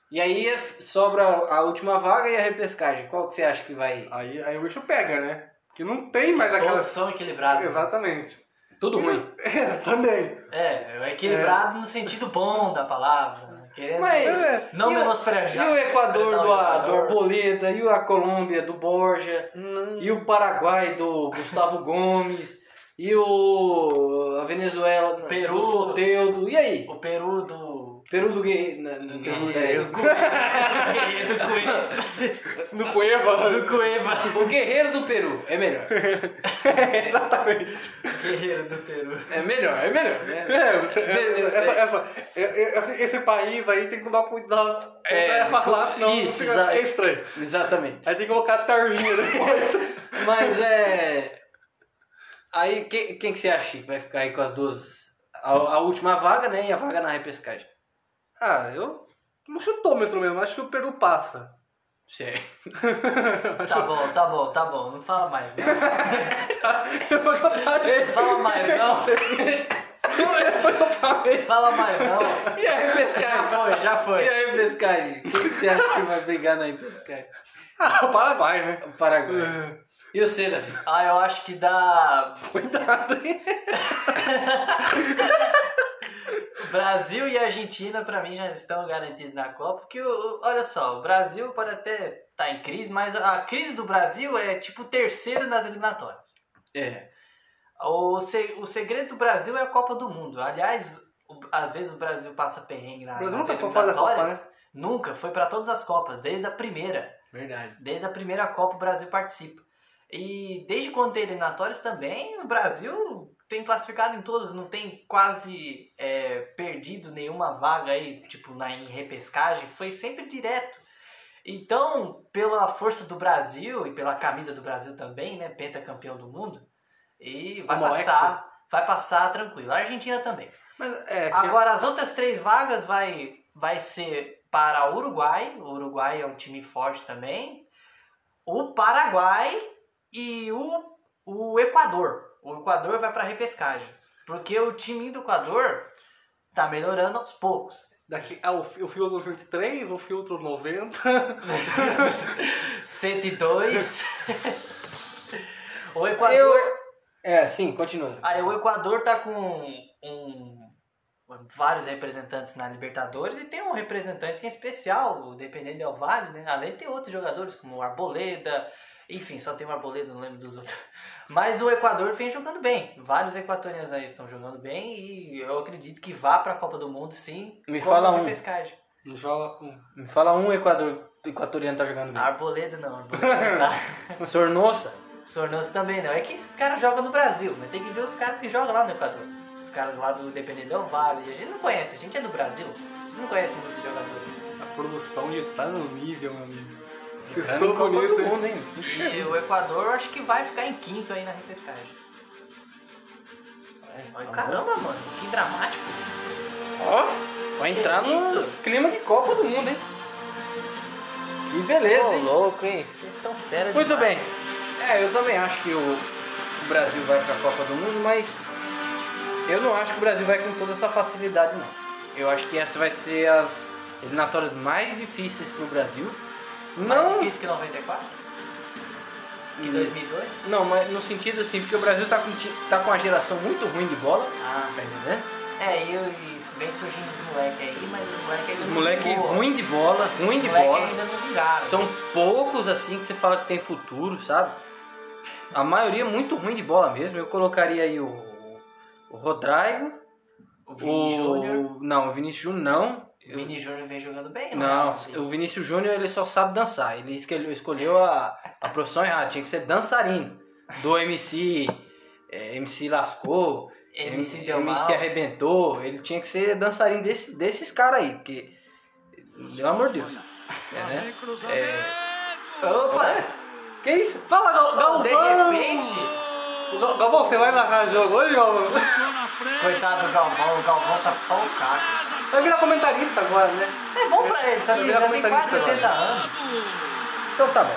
S1: E aí é- sobra a última vaga e a repescagem. Qual que você acha que vai.
S2: Aí, aí o bicho pega, né? Que não tem mais
S3: Todos
S2: aquelas.
S3: são equilibrados.
S2: Exatamente.
S1: Tudo ruim.
S2: É, também.
S3: É, é equilibrado no sentido bom da palavra. né? Querendo
S1: Mas-
S2: É.
S3: não
S1: e o- E
S3: menosprejar.
S1: o Equador do, a- do
S3: jogador.
S1: Arboleda, e a Colômbia do Borja, e o Paraguai do Gustavo Gomes, e o a Venezuela
S3: Peru.
S1: do Soteudo. E aí?
S3: O Peru do.
S1: Peru do Gui. na- Do Gui- peraí.
S3: do
S2: No Cueva.
S3: Cueva.
S1: O Guerreiro do Peru. É melhor.
S2: É, Exatamente.
S3: Guerreiro do Peru.
S1: É melhor, é melhor. né?
S2: É, essa- essa- essa- esse, esse país aí tem que tomar cuidado.
S1: É,
S2: É, falar, senão
S1: isso,
S2: fica,
S1: exa-
S2: fica estranho.
S1: Exatamente.
S2: Aí tem que colocar a tarvinha depois.
S1: Mas é. Aí quem, quem que você acha que vai ficar aí com as duas? A, a última vaga, né? E a vaga na repescagem.
S2: ah, eu. Um chutômetro mesmo, acho que o Peru passa.
S1: Certo.
S3: Tá bom, tá bom, tá bom. Não fala mais. Não,
S2: Foi o que eu falei.
S3: Não fala mais, não.
S2: Foi o que eu falei.
S3: Fala mais, não.
S1: E a
S3: Já
S1: repescagem?
S3: foi, já
S1: E
S3: foi.
S1: a repescagem? Quem que você acha que vai brigar na repescagem?
S2: Ah, o Paraguai, né?
S1: O Paraguai.
S2: É.
S1: E você, Davi?
S3: Ah, eu acho que dá
S2: Cuidado. hein?
S3: Brasil e Argentina, pra mim, já estão garantidos na Copa. Porque, o- o- olha só, o Brasil pode até estar em crise, mas a crise do Brasil é tipo terceiro nas eliminatórias.
S1: É.
S3: O, se- o segredo do Brasil é a Copa do Mundo. Aliás, o- às vezes o Brasil passa perrengue na,
S2: O Brasil
S3: nas
S2: nunca foi fora da Copa, né?
S3: eliminatórias. Nunca, foi pra todas as Copas, desde a primeira.
S1: Verdade.
S3: né? Desde a primeira Copa o Brasil participa. E desde quando tem eliminatórias também, o Brasil tem classificado em todas, não tem quase é, perdido nenhuma vaga aí, tipo, na, em repescagem, foi sempre direto. Então, pela força do Brasil e pela camisa do Brasil também, né? Pentacampeão do mundo, e vai
S2: Como
S3: passar. Vai passar tranquilo. A Argentina também.
S2: Mas é. que-
S3: Agora, as outras três vagas vai, vai ser para o Uruguai. O Uruguai é um time forte também. O Paraguai e o, o Equador. O Equador vai para repescagem. Porque o time do Equador tá melhorando aos poucos.
S2: Daqui, ah, o, fi- o filtro 23, o filtro 90.
S3: 102. o Equador.
S1: É, sim, continua.
S3: Aí o Equador tá com um- vários representantes na Libertadores e tem um representante em especial, o Dependente Del Vale, né? Além tem outros jogadores como o Arboleda, enfim, só tem o Arboleda, não lembro dos outros. Mas o Equador vem jogando bem. Vários equatorianos aí estão jogando bem e eu acredito que vá pra Copa do Mundo sim.
S1: Me
S3: como
S1: fala um.
S3: repescagem.
S2: Me fala um.
S1: Me fala um Equador, equatoriano tá jogando bem.
S3: Arboleda não, Arboleda tá.
S1: Sornosa.
S3: Sornoso também não. É que esses caras jogam no Brasil, mas tem que ver os caras que jogam lá no Equador. Os caras lá do Dependendão Vale. A gente não conhece, a gente é do Brasil. A gente não conhece muitos jogadores.
S2: A produção de tá no nível, meu amigo. Vocês
S1: Tá
S2: estão
S1: no Copa do
S2: bonitos, hein?
S1: Mundo, hein?
S3: E o Equador eu acho que vai ficar em quinto aí na repescagem. Olha, caramba, mano, que dramático.
S1: Ó, vai
S3: Que
S1: entrar nos
S3: isso?
S1: clima de Copa do Mundo, hein? Que beleza, hein?
S3: louco, hein? Vocês estão fera
S1: Muito bem. É, eu também acho que o, o Brasil vai pra Copa do Mundo, mas eu não acho que o Brasil vai com toda essa facilidade, não. Eu acho que essa vai ser as eliminatórias mais difíceis pro Brasil.
S3: Tá Mais
S1: Não,
S3: difícil que 94?
S1: Hum.
S3: Que 2002?
S1: não, mas no sentido assim, porque o Brasil tá com, ti- tá com uma geração muito ruim de bola,
S3: Ah,
S1: tá entendendo?
S3: é, e eu- e vem surgindo os moleques aí, mas os é moleques ainda
S1: Os
S3: não
S1: moleque
S3: vingou.
S1: ruim de bola, ruim
S3: Os
S1: de
S3: moleque
S1: bola.
S3: ainda não vingaram.
S1: São poucos assim que você fala que tem futuro, sabe? A maioria é muito ruim de bola mesmo. Eu colocaria aí o, o Rodrigo,
S3: O Vini Júnior.
S1: o, não, o Vinícius Júnior não.
S3: O Vini Júnior vem jogando bem,
S1: Não,
S3: é?
S1: o Vinícius Júnior ele só sabe dançar. Ele escolheu, escolheu a, a profissão errada, tinha que ser dançarino. Do MC, eh, MC lascou,
S3: MC
S1: M-
S3: deu mal.
S1: MC arrebentou. Ele tinha que ser dançarino desse- desses caras aí, porque pelo amor de Deus, é, né? É,
S3: Opa!
S1: que isso?
S2: Fala, Gal Galvão!
S3: De repente,
S2: Gal- Galvão, você vai narrar jogo hoje, Galvão?
S3: coitado do Galvão, o Galvão tá só o caco.
S2: Vai virar comentarista agora, né?
S3: É bom pra ele, sabe? Ele já tem quase 80 anos.
S1: Então tá bom.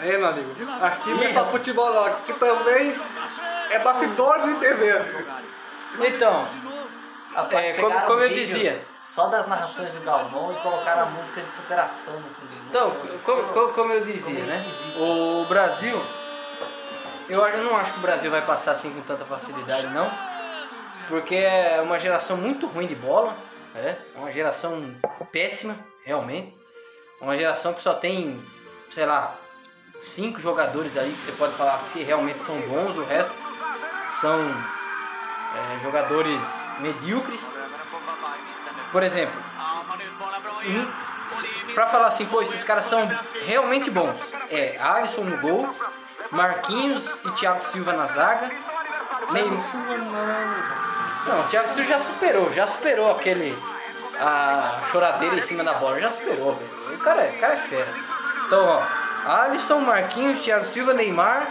S2: É, meu amigo. Aqui não é só futebol, não. Aqui também é bastidores de TV.
S1: Então,
S3: Rapaz,
S1: É, como-
S3: pegaram
S1: como
S3: um
S1: eu
S3: vídeo
S1: dizia.
S3: Só das narrações do Galvão e colocaram a música de superação no fundo.
S1: Então, co- co- co- como eu dizia,
S3: Como
S1: né?
S3: esquisito.
S1: O Brasil. Eu acho- eu não acho que o Brasil vai passar assim com tanta facilidade, não. Porque é uma geração muito ruim de bola. É uma geração péssima, realmente. Uma geração que só tem, sei lá, cinco jogadores aí que você pode falar que realmente são bons, o resto são é, jogadores medíocres. Por exemplo, Hum, Pra falar assim, pô, esses caras são realmente bons. É Alisson no gol, Marquinhos e Thiago Silva na zaga. Meio... Não, o Thiago Silva já superou, já superou aquele. A choradeira em cima da bola, já superou, velho. O cara, é, o cara é fera. Então, ó, Alisson, Marquinhos, Thiago Silva, Neymar.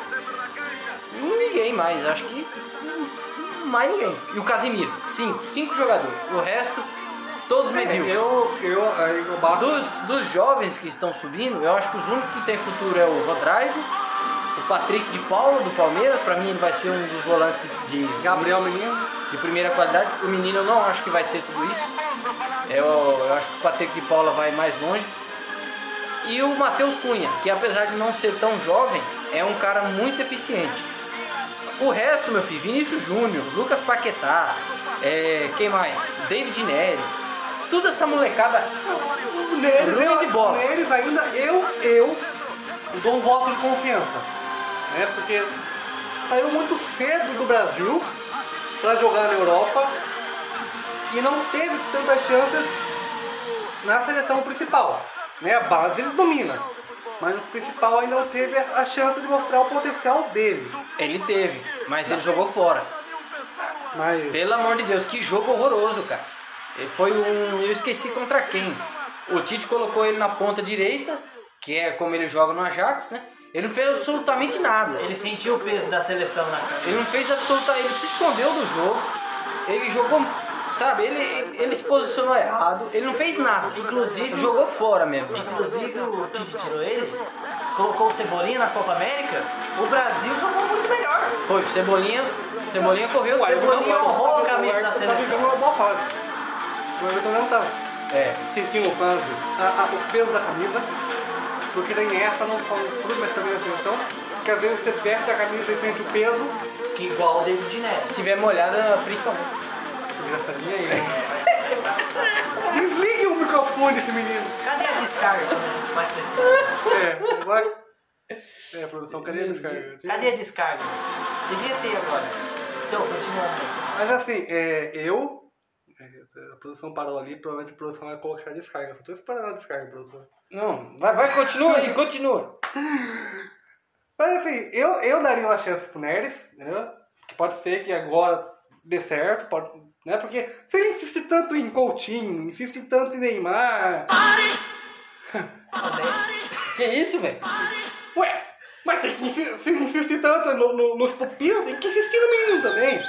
S1: Ninguém mais, acho que. hum, Mais ninguém. E o Casimiro, cinco. Cinco jogadores. O resto, todos medíocres.
S2: É, Eu, eu, aí eu bato.
S1: Dos, dos jovens que estão subindo, eu acho que os únicos que tem futuro é o Rodrigo, o Patrick de Paula do Palmeiras, pra mim ele vai ser um dos volantes de, de,
S2: Gabriel Menino.
S1: de primeira qualidade. O menino eu não acho que vai ser tudo isso. Eu, eu acho que o Patrick de Paula vai mais longe. E o Matheus Cunha, que apesar de não ser tão jovem, é um cara muito eficiente. O resto, meu filho, Vinícius Júnior, Lucas Paquetá, é, quem mais? David Neres, toda essa molecada
S2: Neles,
S1: Ruim
S2: eu,
S1: de bola.
S2: neles ainda eu, eu dou um voto de confiança. Né? Porque saiu muito cedo do Brasil pra jogar na Europa e não teve tantas chances na seleção principal. Né? A base ele domina. Mas o principal ainda não teve a chance de mostrar o potencial dele.
S1: Ele teve, mas ele jogou fora.
S2: Mas
S1: Pelo amor de Deus, que jogo horroroso, cara. Ele foi um. Eu esqueci contra quem. O Tite colocou ele na ponta direita, que é como ele joga no Ajax, né? Ele não fez absolutamente nada.
S3: Ele sentiu o peso da seleção na cara.
S1: Ele não fez absolutamente. Ele se escondeu do jogo. Ele jogou. Sabe, ele, ele, ele se posicionou errado. Ele não fez nada.
S3: Inclusive-
S1: jogou fora mesmo.
S3: Inclusive o Tite tirou ele, colocou o Cebolinha na Copa América, o Brasil jogou muito melhor.
S1: Foi, o Cebolinha. o Cebolinha correu, o
S2: Ué,
S1: Cebolinha.
S3: não- honrou a
S2: o
S3: camisa
S2: Everton tava
S3: da seleção.
S2: jogando uma boa fase. O Everton não tava.
S1: É,
S2: sentindo o fãs, a- a- o peso da camisa, porque tem essa não só no clube, mas também na seleção, que às vezes você veste a camisa e sente o peso,
S3: Que igual o David
S1: se
S3: Neres.
S1: tiver molhada, principalmente.
S2: engraçadinha aí. Desligue o microfone desse menino!
S3: Cadê a descarga quando a gente mais precisa?
S2: É, vai. É, produção, cadê eles, cara?
S3: Cadê a descarga? Devia ter agora. Então, continuando.
S2: Mas assim, é, eu É, A produção parou ali, provavelmente a produção vai colocar a descarga. Só tô esperando a descarga, produção.
S1: Não, vai, vai, continua aí, continua.
S2: Mas assim, eu, eu daria uma chance pro Nerds, entendeu? Que pode ser que agora dê certo, pode, né? Porque se ele insiste tanto em Coutinho, insiste tanto em Neymar.
S1: Que isso, velho?
S2: Ué, mas tem que insistir, se insiste tanto no, no- nos pupilos, tem que insistir no menino também.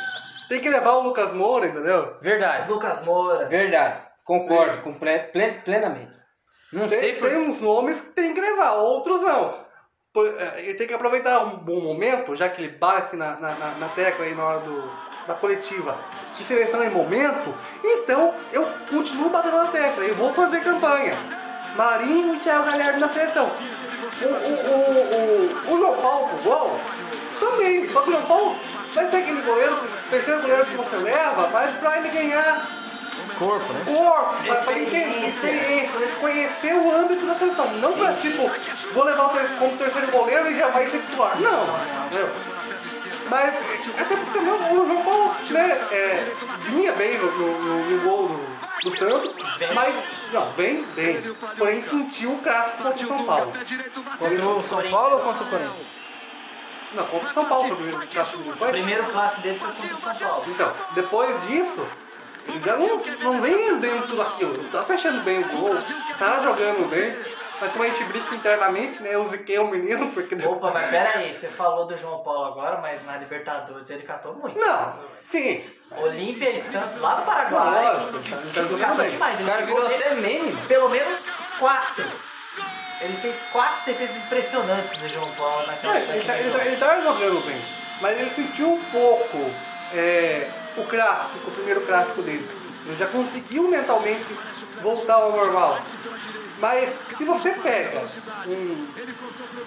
S2: Tem que levar o Lucas Moura, entendeu?
S1: Verdade,
S3: Lucas Moura.
S1: verdade. Concordo com ple- plen- plenamente. Não
S2: Tem,
S1: sei por
S2: tem uns nomes que tem que levar, outros não. Por- eh, Ele tem que aproveitar um bom momento, já que ele bate na, na, na- na tecla aí na hora do, da coletiva, que seleção é momento, então eu continuo batendo na tecla e vou fazer campanha. Marinho e Thiago Galhardo na seleção. O, o, o, o, o João Paulo pro gol também, só que o João Paulo vai ser aquele goleiro, terceiro goleiro que você leva, mas pra ele ganhar
S1: corpo, né?
S2: corpo, pra pra ele ter
S3: Experiência.
S2: experiência, pra ele conhecer o âmbito da seleção. Não pra tipo, vou levar o ter, como terceiro goleiro e já vai ser titular. Não, entendeu? Mas até porque também o João Paulo né, é, vinha bem no, no- no- no gol do, do Santos, mas não, vem bem. Porém sentiu o clássico contra o São Paulo.
S1: Contra o São Paulo ou contra o Corinthians?
S2: Não, contra o São Paulo foi o primeiro clássico do
S3: O
S2: foi?
S3: primeiro clássico dele foi contra o São Paulo.
S2: Então, depois disso, ele já não, não vem rendendo tudo aquilo. Tá fechando bem o gol, tá jogando bem. Mas como a gente brinca internamente, né? Eu ziquei o menino, porque.
S3: Opa, mas pera aí, você falou do João Paulo agora, mas na Libertadores ele catou muito.
S2: Não, seguinte.
S3: Olímpia e Santos lá do
S2: Ah,
S3: Paraguai.
S2: lógico, ele tá- ele tá
S3: Ele
S2: jogando
S3: catou
S2: bem.
S3: demais.
S1: O
S3: Ele
S1: cara virou
S3: pegou
S1: até meme, mano.
S3: pelo menos quatro. Ele fez quatro defesas impressionantes do João Paulo naquela
S2: É, ele, tá,
S3: naquele
S2: ele, tá,
S3: jogo.
S2: ele tá jogando bem. Mas ele sentiu um pouco é, o clássico, o primeiro clássico dele. Ele já conseguiu mentalmente voltar ao normal. Mas se você pega um-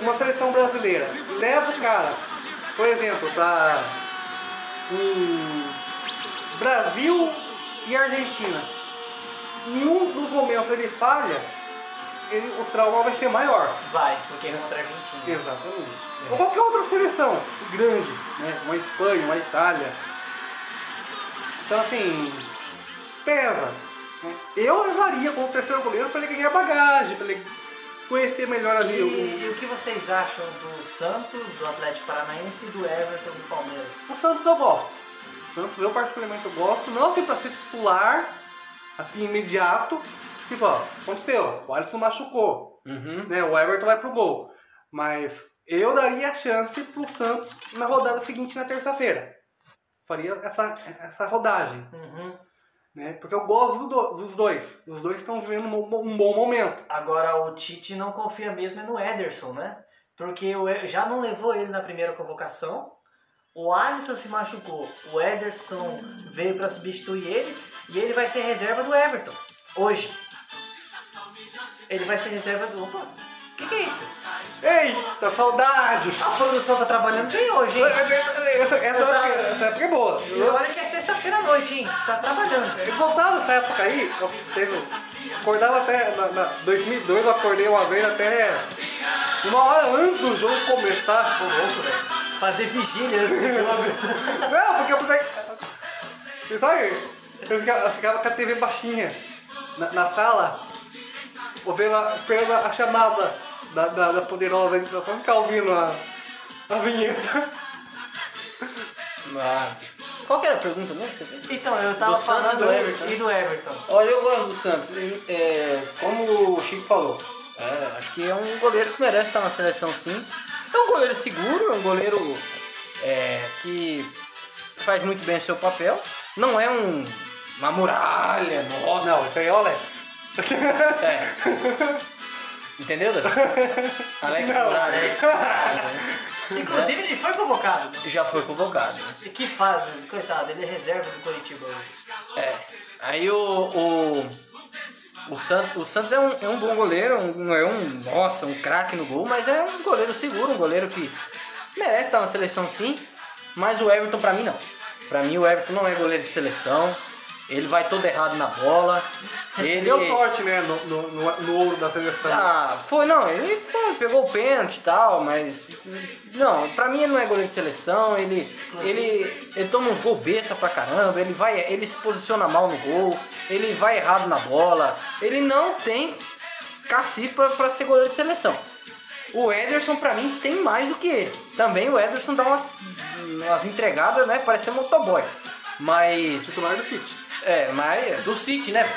S2: uma seleção brasileira, leva o cara, por exemplo, pra um Brasil e Argentina, em um dos momentos ele falha, ele- o trauma vai ser maior.
S3: Vai, porque é contra a Argentina.
S2: Exatamente. Ou qualquer outra seleção É. grande, né? Uma Espanha, uma Itália. Então assim, pesa. né? Eu levaria como terceiro goleiro para ele ganhar bagagem, para ele conhecer melhor ali o.
S3: E, e o que vocês acham do Santos, do Atlético Paranaense e do Everton do Palmeiras?
S2: O Santos eu gosto. O Santos eu particularmente eu gosto, não assim para ser titular, assim, imediato. Tipo, ó, aconteceu, o Alisson machucou.
S1: Uhum.
S2: né, o Everton vai pro gol. Mas eu daria a chance pro Santos na rodada seguinte, na terça-feira. Faria essa, essa rodagem,
S3: Uhum.
S2: né? Porque eu gosto do- dos dois. Os dois estão vivendo um, bom- um bom momento.
S3: Agora o Tite não confia mesmo é no Ederson, né? Porque o E- já não levou ele na primeira convocação. O Alisson se machucou, o Ederson veio pra substituir ele e ele vai ser reserva do Everton hoje. Ele vai ser reserva do. Opa! O que, que é isso?
S2: Eita, saudades!
S3: A produção tá trabalhando bem hoje, hein?
S2: Essa, essa, essa época é boa.
S3: E olha que é sexta-feira à noite, hein? Tá trabalhando.
S2: Eu gostava dessa época aí, eu teve, acordava até, na, na 2002 eu acordei uma vez até uma hora antes do jogo começar, tipo, louco, velho.
S3: Fazer vigília né? antes do jogo.
S2: Não, porque eu pensei. Sabe? Eu ficava, eu ficava com a TV baixinha na, na sala, ouvindo a, esperando a chamada da, da, da poderosa então entração, ficar tá ouvindo a, a vinheta.
S1: Ah. Qual que era a pergunta mesmo que você fez?
S3: Então, eu tava
S1: Do Santos
S3: falando
S1: e do Everton.
S3: e do Everton.
S1: Olha, eu gosto do Santos. E, é, como o Chico falou, é, acho que é um goleiro que merece estar na seleção sim. É um goleiro seguro, é um goleiro é, que faz muito bem o seu papel. Não é um, uma muralha, nossa.
S2: Não, isso aí é o Alex.
S1: É. Entendeu, Davi? Alex Muralha.
S3: Inclusive, ele foi convocado.
S1: Já foi convocado. né?
S3: E Que faz, né? coitado, ele é reserva do Curitiba hoje.
S1: É. Aí o. o... O Santos, o Santos é, um, é um bom goleiro, um- não é um, nossa, um craque no gol, mas é um goleiro seguro, um goleiro que merece estar na seleção sim, mas o Everton pra mim não. Pra mim o Everton não é goleiro de seleção, ele vai todo errado na bola. Ele... é.
S2: Deu sorte, né, no, no, no- no ouro da seleção.
S1: Ah, foi, não, ele foi, pegou o pênalti e tal, mas. Não, pra mim ele não é goleiro de seleção, ele. Ele, ele toma uns gols besta pra caramba, ele vai. Ele se posiciona mal no gol, ele vai errado na bola, ele não tem cacife pra, pra ser goleiro de seleção. O Ederson, pra mim, tem mais do que ele. Também o Ederson dá umas, umas entregadas, né? Parece ser motoboy. Mas.
S2: Titular do City.
S1: É, mas. Do City, né?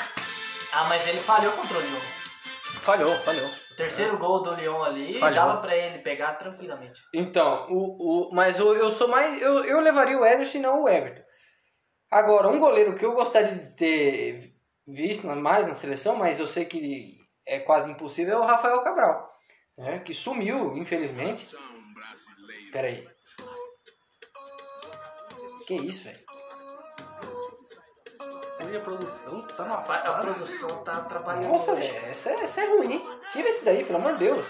S3: Ah, mas ele falhou contra o Lyon.
S1: Falhou, falhou.
S3: O terceiro gol do Lyon ali
S1: Falhou.
S3: dava pra ele pegar tranquilamente.
S1: Então, o, o, mas o- eu sou mais. Eu, eu levaria o Ederson e não o Everton. Agora, um goleiro que eu gostaria de ter visto na- mais na seleção, mas eu sei que é quase impossível, é o Rafael Cabral. Né, que sumiu, infelizmente. Peraí. Que isso, velho?
S2: A minha produção tá
S3: A, a produção tá atrapalhando.
S1: Nossa,
S3: hoje.
S1: velho, essa, é- essa é ruim, hein? Tira isso daí, pelo amor de Deus.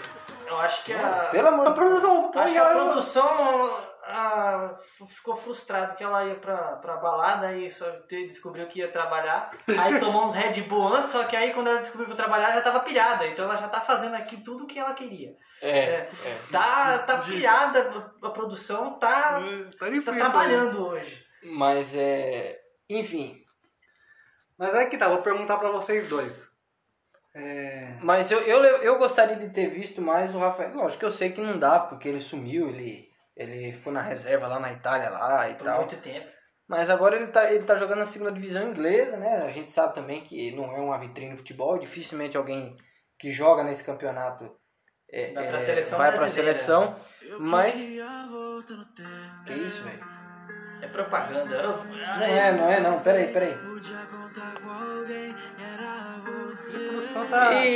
S3: Eu acho que a.
S1: Pelo amor
S2: Ah. A
S1: de Deus.
S2: produção
S3: Acho que a
S2: apoiaram-
S3: produção ah, f- ficou frustrada que ela ia pra, pra balada e só te- descobriu que ia trabalhar. Aí tomou uns Red Bull antes, só que aí quando ela descobriu que ia trabalhar já tava pilhada. Então ela já tá fazendo aqui tudo o que ela queria.
S1: É,
S3: É.
S1: é.
S3: Tá, tá pilhada, a produção tá,
S2: Tá
S3: tá
S2: difícil.
S3: trabalhando hoje.
S1: Mas é. Enfim,
S2: Mas é que tá, vou perguntar pra vocês dois. É...
S1: Mas eu, eu, eu gostaria de ter visto mais o Rafael. Lógico que eu sei que não dá, porque ele sumiu, ele, ele ficou na reserva lá na Itália lá e
S3: É Por
S1: tal.
S3: muito tempo.
S1: Mas agora ele tá, ele tá jogando na segunda divisão inglesa, né? A gente sabe também que não é uma vitrine no futebol, dificilmente alguém que joga nesse campeonato é,
S3: Vai pra
S1: é,
S3: seleção
S1: vai pra
S3: brasileira.
S1: seleção. Mas. Que isso, velho?
S3: É propaganda. Eu-
S1: Não é, não é, não. Peraí, peraí.
S3: E,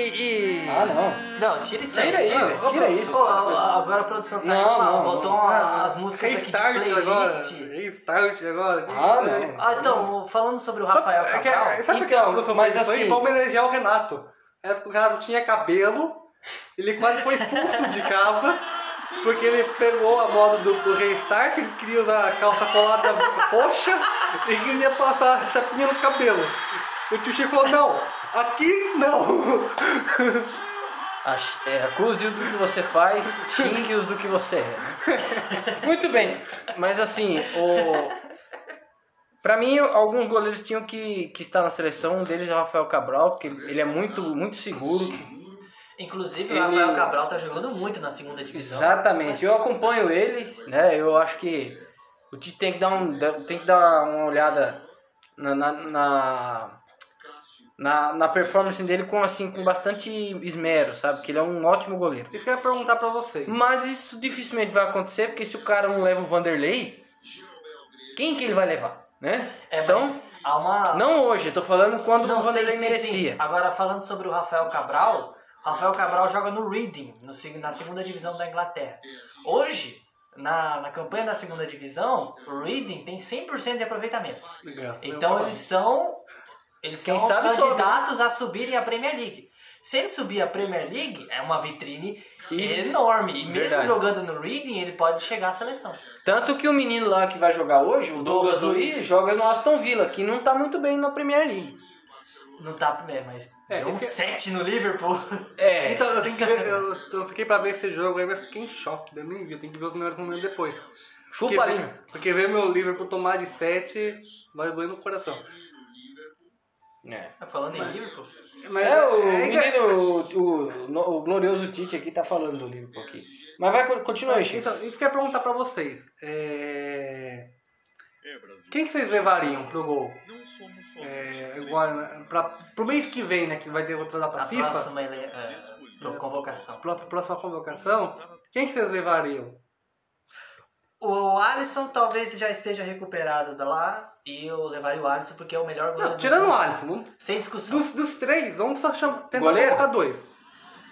S3: e-
S1: Ah, não.
S3: tá- Não, tira isso
S1: Tira aí, velho,
S3: Ô,
S1: tira
S3: pro-
S1: isso.
S3: ô, ô, agora a produção tá
S1: Não,
S3: indo lá,
S1: não,
S3: botou
S1: não.
S3: uma- Ah, as músicas aqui de
S2: Restart
S3: playlist.
S2: agora. Restart agora.
S1: Ah, não.
S3: Ah, então, falando sobre o Rafael
S2: É que-
S3: Cabral,
S2: é- sabe
S1: Então,
S2: então, que
S1: mas
S2: mas assim...
S1: assim-
S2: Foi pra homenagear o Renato. Era porque o Renato tinha cabelo, ele quase foi expulso de casa, porque ele pegou a moda do, do restart, ele queria usar a calça colada roxa e queria passar a chapinha no cabelo. E o tio Chico falou, não, aqui não.
S1: Ach- é, Acuse-os do que você faz, xingue-os do que você é. Muito bem, mas assim, o. Pra mim, alguns goleiros tinham que, que estar na seleção. Um deles é o Rafael Cabral, porque ele é muito, muito seguro.
S3: inclusive
S1: é- ele-
S3: o Rafael Cabral tá jogando muito na segunda divisão.
S1: Exatamente. Eu acompanho ele, né? Eu acho que o Tite tem que dar, um, tem que dar uma olhada na, na, na, na- na performance dele com, assim, com bastante esmero, sabe? Que ele é um ótimo goleiro.
S2: Isso que eu ia perguntar pra vocês.
S1: Mas isso dificilmente vai acontecer, porque se o cara não leva o Vanderlei, quem que ele vai levar, né?
S3: É,
S1: então,
S3: mas há uma...
S1: não hoje, eu tô falando quando
S3: Não,
S1: o Vanderlei
S3: sim, sim,
S1: merecia.
S3: sim. Agora, falando sobre o Rafael Cabral, Rafael Cabral joga no Reading, no seg- na segunda divisão da Inglaterra. Hoje, na, na campanha da segunda divisão, o Reading tem 100% de aproveitamento. Então eles são eles
S1: Quem
S3: são
S1: sabe sobe.
S3: candidatos a subirem à Premier League. Se ele subir à Premier League, é uma vitrine
S1: E-
S3: enorme. E mesmo
S1: Verdade.
S3: jogando no Reading, ele pode chegar à seleção.
S1: Tanto que o menino lá que vai jogar hoje, o Douglas
S3: Douglas
S1: Luiz,
S3: Luiz.
S1: joga no Aston Villa, que não tá muito bem na Premier League.
S3: Não tá primeiro, mas
S2: É,
S3: deu um
S2: esse-
S3: 7 no Liverpool.
S1: É,
S2: Então, eu, tenho que ver-
S3: Brincando.
S2: eu, eu fiquei pra ver esse jogo aí, mas fiquei em choque, eu nem vi, eu tenho que ver os melhores momentos depois. Porque
S1: chupa ali.
S2: ver- Porque ver meu Liverpool tomar de 7 vai doer no coração.
S1: É.
S3: Falando em Liverpool,
S2: Mas
S1: É, o
S2: é que-
S1: menino, o, o- o glorioso Tite aqui tá falando do Liverpool aqui. Mas vai, co- continua aí, Chico.
S2: Então, isso que eu ia perguntar pra vocês. É... Quem que vocês levariam pro gol? É, agora, né, pra, pro mês que vem, né? Que vai ter outra data
S3: a
S2: FIFA,
S3: próxima ele, é, pro- convocação.
S2: pra, pra próxima convocação, quem que vocês levariam?
S3: O Alisson talvez já esteja recuperado da lá. E eu levaria o Alisson porque é o melhor goleiro.
S2: Não,
S3: do
S2: tirando o
S3: mundo.
S2: Alisson, vamos-
S3: Sem discussão.
S2: dos, dos três, vamos só chamar, tentar
S1: Goleiro?
S2: colocar dois.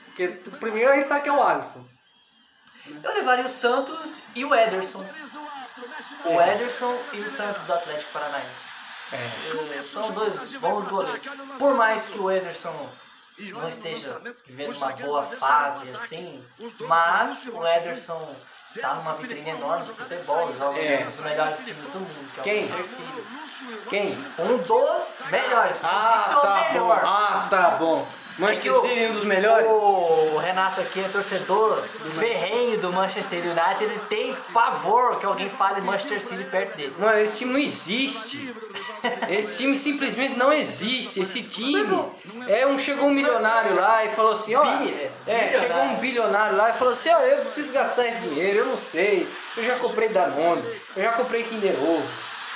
S2: Porque o primeiro a gente sabe que é o Alisson.
S3: Eu levaria o Santos e o Ederson. O
S2: É.
S3: Ederson e o Santos do Atlético Paranaense.
S1: É.
S3: Eu- São dois bons goleiros. Por mais que o Ederson não esteja vivendo uma boa fase assim, mas o assim, Ederson tá numa vitrine enorme de futebol, joga
S1: É.
S3: um dos melhores times do mundo, que é
S1: Quem?
S3: o Manchester City.
S1: Quem?
S3: Um dos melhores, Um não disse
S1: Ah,
S3: o
S1: tá bom.
S3: melhor.
S1: Ah, tá bom. Manchester
S3: É que o-
S1: City é um dos melhores.
S3: O Renato aqui é torcedor ferrenho do Manchester United, ele tem pavor que alguém fale Manchester City perto dele.
S1: Mano, esse time não existe. Esse time simplesmente não existe. Esse time é um chegou um milionário lá e falou assim, ó,
S3: Bi-
S1: é,
S3: bilionário.
S1: chegou um bilionário lá e falou assim, ó, eu preciso gastar esse dinheiro, eu não sei. Eu já comprei Danone, eu já comprei Kinder Ovo,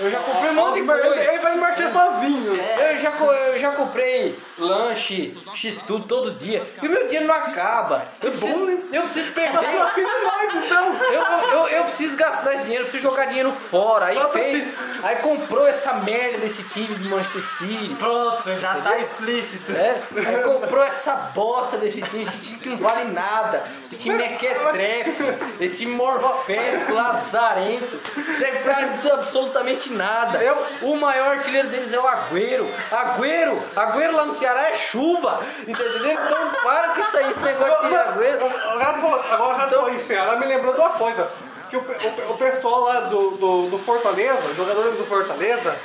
S1: eu já comprei um monte de
S2: Ele, ele
S1: coisa.
S2: vai marchar sozinho.
S1: Eu já, co- eu já comprei lanche, x tudo todo dia. E o meu dinheiro não acaba. Eu preciso, eu preciso perder.
S2: Patrocina nós, então.
S1: Eu, eu, eu preciso gastar esse dinheiro, eu preciso jogar dinheiro fora. Aí
S2: Nossa,
S1: fez, aí comprou essa merda desse time do Manchester City.
S3: Pronto, já tá explícito.
S1: né? Aí comprou essa bosta desse time, esse time que não vale nada. Esse time mequetrefe, esse time morfético, lazarento, serve pra absolutamente nada. O maior artilheiro deles é o Agüero. Agüero, Agüero lá no Ceará é chuva, entendeu? Então para com isso aí, esse negócio de Agüero.
S2: O Renato falou, agora o Renato falou isso, ela me lembrou de uma coisa. Que o, pe- o pe- o pessoal lá do, do, do Fortaleza, jogadores do Fortaleza,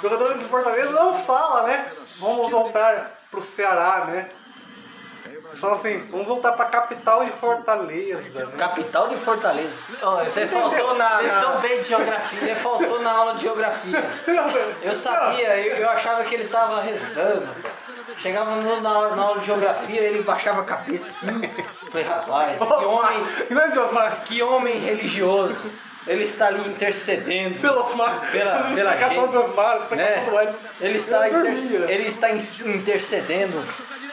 S2: jogadores do Fortaleza não fala, né? Vamos voltar pro Ceará, né? Eles falam assim, vamos voltar pra capital de Fortaleza, né?
S1: Capital de Fortaleza.
S3: Ó,
S1: Você
S3: entendeu?
S1: faltou na-
S3: Vocês
S1: na...
S3: estão bem de geografia.
S1: Você faltou na aula de geografia. Eu sabia, eu, eu achava que ele tava rezando. cara. Chegava no- na, aula- na aula de geografia, ele baixava a cabeça assim. Falei, rapaz, que homem,
S2: Grande Osmar,
S1: que homem religioso. Ele está ali intercedendo.
S2: pelo Osmar.
S1: Pela- pela
S2: Pra
S1: gente,
S2: todos os mares, pra
S1: né?
S2: todo mundo.
S1: Ele, está
S2: Eu né?
S1: inter-
S2: dormia.
S1: ele está in- intercedendo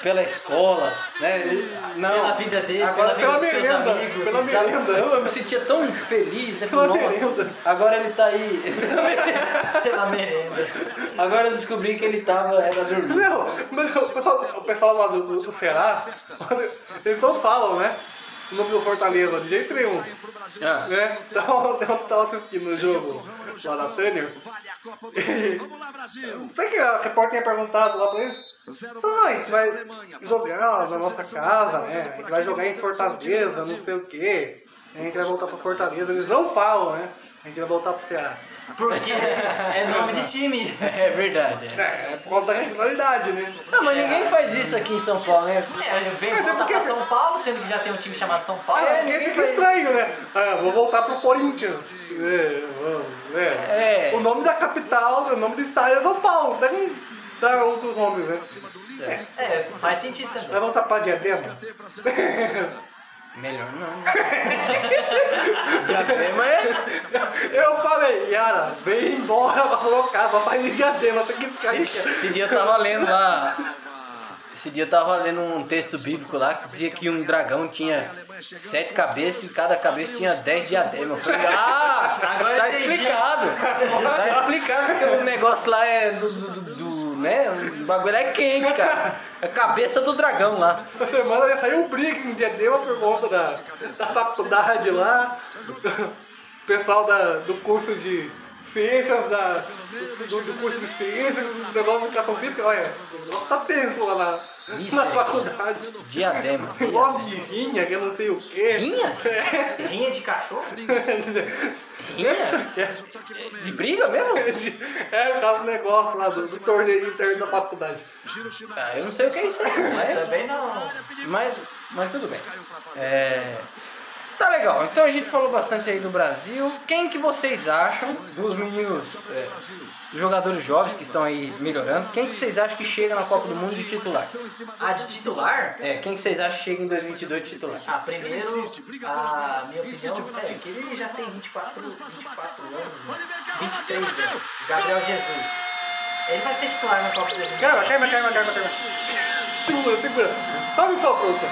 S1: pela escola. Né? Ele- Não.
S3: Pela vida dele,
S1: Agora
S2: Pela
S3: pela vida dos seus
S2: merenda,
S3: amigos.
S2: pela
S1: Sabe,
S2: merenda.
S1: Eu, eu me sentia tão feliz, né?
S2: Pela
S1: Falei, Nossa,
S2: merenda.
S1: agora ele tá aí.
S3: Pela merenda.
S1: agora eu descobri que ele tava era dormindo.
S2: Não, mas o pessoal, o pessoal lá do, do Ceará, eles não falam, né? O nome do Fortaleza, de jeito nenhum.
S1: Ah.
S2: Né? Então, eu tava assistindo o jogo lá na Tânia.
S4: Vale a Copa do Mundo. Vamos lá, Brasil.
S2: Não sei que a repórter tinha perguntado lá pra eles. Então, não, a gente vai jogar na nossa casa, né? A gente vai jogar em Fortaleza, não sei o quê. A gente vai voltar pra Fortaleza. Eles não falam, né? A gente vai voltar pro Ceará.
S3: Porque é nome de time.
S1: É verdade. é.
S2: É, é por conta da regularidade, né?
S1: Não, mas ninguém faz isso aqui em São Paulo, né?
S3: É, vem
S2: Até
S3: voltar
S2: porque-
S3: pra São Paulo, sendo que já tem um time chamado São Paulo.
S1: É,
S2: Aí
S1: ninguém
S2: Ah, fica
S1: faz-
S2: estranho, né? Ah, vou voltar pro Corinthians. É, vamos, né?
S1: É.
S2: O nome da capital, o nome do estádio é São Paulo. Dá, um- dá outros nomes, né?
S3: É, faz sentido
S2: Vai
S3: também.
S2: voltar pra Diadema?
S1: Melhor não. Diadema é.
S2: Eu falei, Yara, vem embora pra Sorocaba, vai em Diadema, você que ficar rica.
S1: Esse dia eu tava lendo lá. Esse dia eu tava lendo um texto bíblico lá que dizia que um dragão tinha sete cabeças e cada cabeça tinha dez diademas. Eu falei, ah,
S3: Agora
S1: tá
S3: eu entendi.
S1: explicado. Tá explicado porque o negócio lá é do. do, do- do, né? O bagulho é quente, cara. É a cabeça do dragão lá.
S2: Essa semana já saiu um briga em Diadema por conta da, da faculdade lá. O pessoal da, do curso de ciências, da, do, do curso de ciências, do negócio de educação física, olha, o negócio tá tenso lá na,
S1: Isso é.
S2: na
S1: aí.
S2: faculdade.
S1: Diadema.
S2: Negócio de rinha, que eu não sei o quê.
S1: Rinha?
S2: É.
S3: Rinha de cachorro?
S1: Rinha? De briga mesmo?
S2: É, por causa do negócio lá do, do torneio interno da faculdade.
S4: Gira o chinelo.
S1: Ah, eu não sei o que é isso aí, mas,
S3: Também não.
S1: mas, mas tudo bem. É, tá legal, então a gente falou bastante aí do Brasil. Quem que vocês acham dos meninos, é, dos jogadores jovens que estão aí melhorando, quem que vocês acham que chega na Copa do Mundo de titular?
S3: A de titular?
S1: É, quem que vocês acham que chega em 2022 de titular?
S3: Ah, primeiro, a minha opinião é que ele já tem 24, 24 anos, né? 23 anos. Gabriel Jesus. Ele vai ser titular na Copa do Mundo.
S2: Calma, calma, calma, calma, calma. Segura, segura. Tome só, professor.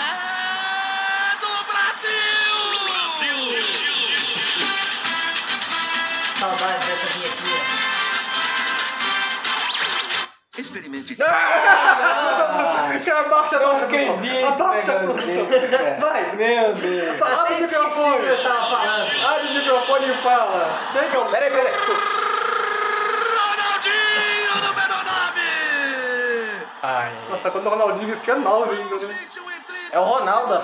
S4: É do Brasil!
S3: Saudades dessa vinhetinha.
S4: Experimente.
S2: Cara, abaixa, abaixa,
S1: acredito,
S2: abaixa,
S1: meu
S2: professor.
S1: Deus.
S2: Vai.
S1: Meu Deus!
S2: Abre o
S3: Até esqueci o que
S2: microfone.
S3: eu tava falando.
S2: Abre o microfone e fala. Pega o
S1: Peraí, peraí.
S4: Ronaldinho do Beroná!
S1: Ai.
S2: Nossa, quando o Ronaldinho disse que é 9 ainda, né?
S4: um
S1: É o Ronaldo.
S2: É um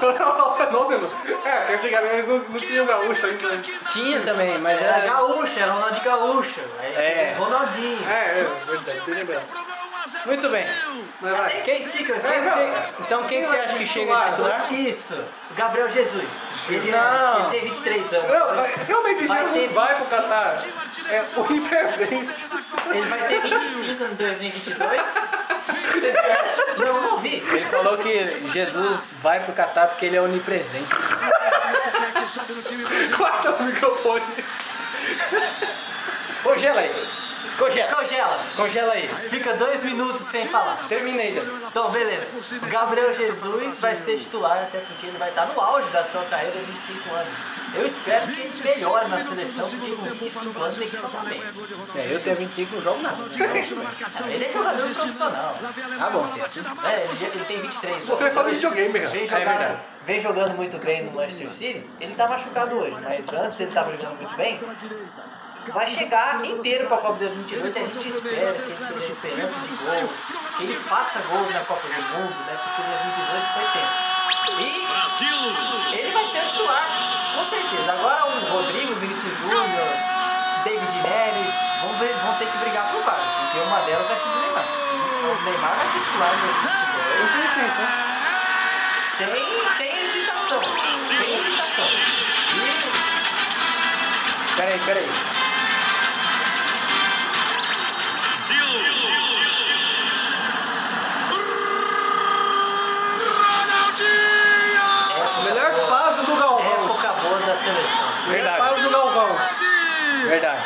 S2: fenômeno. É, porque antigamente não, não tinha o gaúcho ainda. né?
S1: Tinha também, mas
S3: Era
S1: era.
S3: gaúcha, era Ronaldo Gaúcho. Aí
S1: É.
S3: chega o Ronaldinho.
S2: É, é, verdade, tem lembrança.
S4: um
S1: Muito bem.
S2: Mas vai.
S1: Quem, quem que você, então quem que você acha que chega de titular?
S3: Isso, o Gabriel Jesus. Ele,
S1: Não.
S3: ele tem 23 anos.
S2: Não, mas realmente
S3: Vai ter
S2: Jesus vai pro Catar. É o impresente.
S3: Ele vai ter 25 em 2022. não, não vi.
S1: Ele falou que Jesus vai pro Catar porque ele é onipresente.
S2: Corta o microfone.
S1: Congela aí. Congela.
S3: Congela.
S1: Congela aí.
S3: Fica dois minutos sem falar.
S1: Termina aí, Dani.
S3: Então, beleza. O Gabriel Jesus vai ser titular, até porque ele vai estar no auge da sua carreira, 25 anos. Eu espero que ele melhore na seleção, porque com 25 anos tem que jogar bem.
S1: É, eu tenho 25, não jogo nada.
S3: Ele é jogador profissional.
S1: Ah, bom, sim, assim.
S3: É, ele, ele tem 23
S2: Você
S3: anos.
S2: é só de videogame, cara.
S3: Vem
S1: É verdade.
S3: jogando, vem jogando muito bem no Manchester City. Ele tá machucado hoje, mas antes ele tava jogando muito bem. Vai chegar inteiro pra Copa 2022 e a gente espera que ele seja a esperança de gols, que ele faça gols na Copa do Mundo, né? Porque 2018 foi tenso.
S4: Brasil!
S3: E ele vai ser titular, com certeza. Agora o Rodrigo, o Vinícius Júnior, David Neres vão, ver- vão ter que brigar por vários, porque uma delas vai ser o Neymar. O Neymar vai ser titular em 2022 sem, sem hesitação. Sem hesitação. E
S1: Peraí, peraí.
S4: Brasil!
S2: Melhor fase do
S3: é a
S2: Galvão.
S3: época boa da seleção.
S2: É, Melhor
S1: Verdade.
S2: fase do Galvão.
S1: Verdade.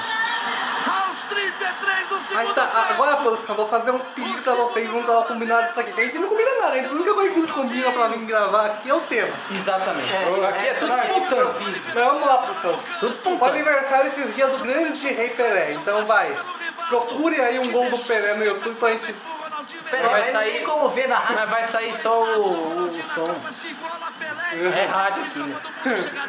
S4: Aos 33 do
S2: Mas
S4: segundo
S2: tá, agora, pô, eu vou fazer um pedido pra vocês, vamos dar uma combinada isso aqui. A gente não combina nada, a gente- a única coisa que a gente combina pra mim gravar aqui é o tema.
S1: Exatamente. Eu- Aqui é tudo
S3: é,
S1: espontâneo.
S3: improviso.
S2: Mas vamos lá, professor.
S1: Tudo
S2: Foi
S1: espontâneo.
S2: aniversário esses dias do grande Rei Pelé, então vai. Procure aí um gol do Pelé no YouTube
S1: é
S2: pra gente.
S3: Pera,
S1: Vai
S3: mas
S1: sair-
S3: Não tem como ver na rádio.
S1: Mas vai sair só o, o som. É rádio aqui. né?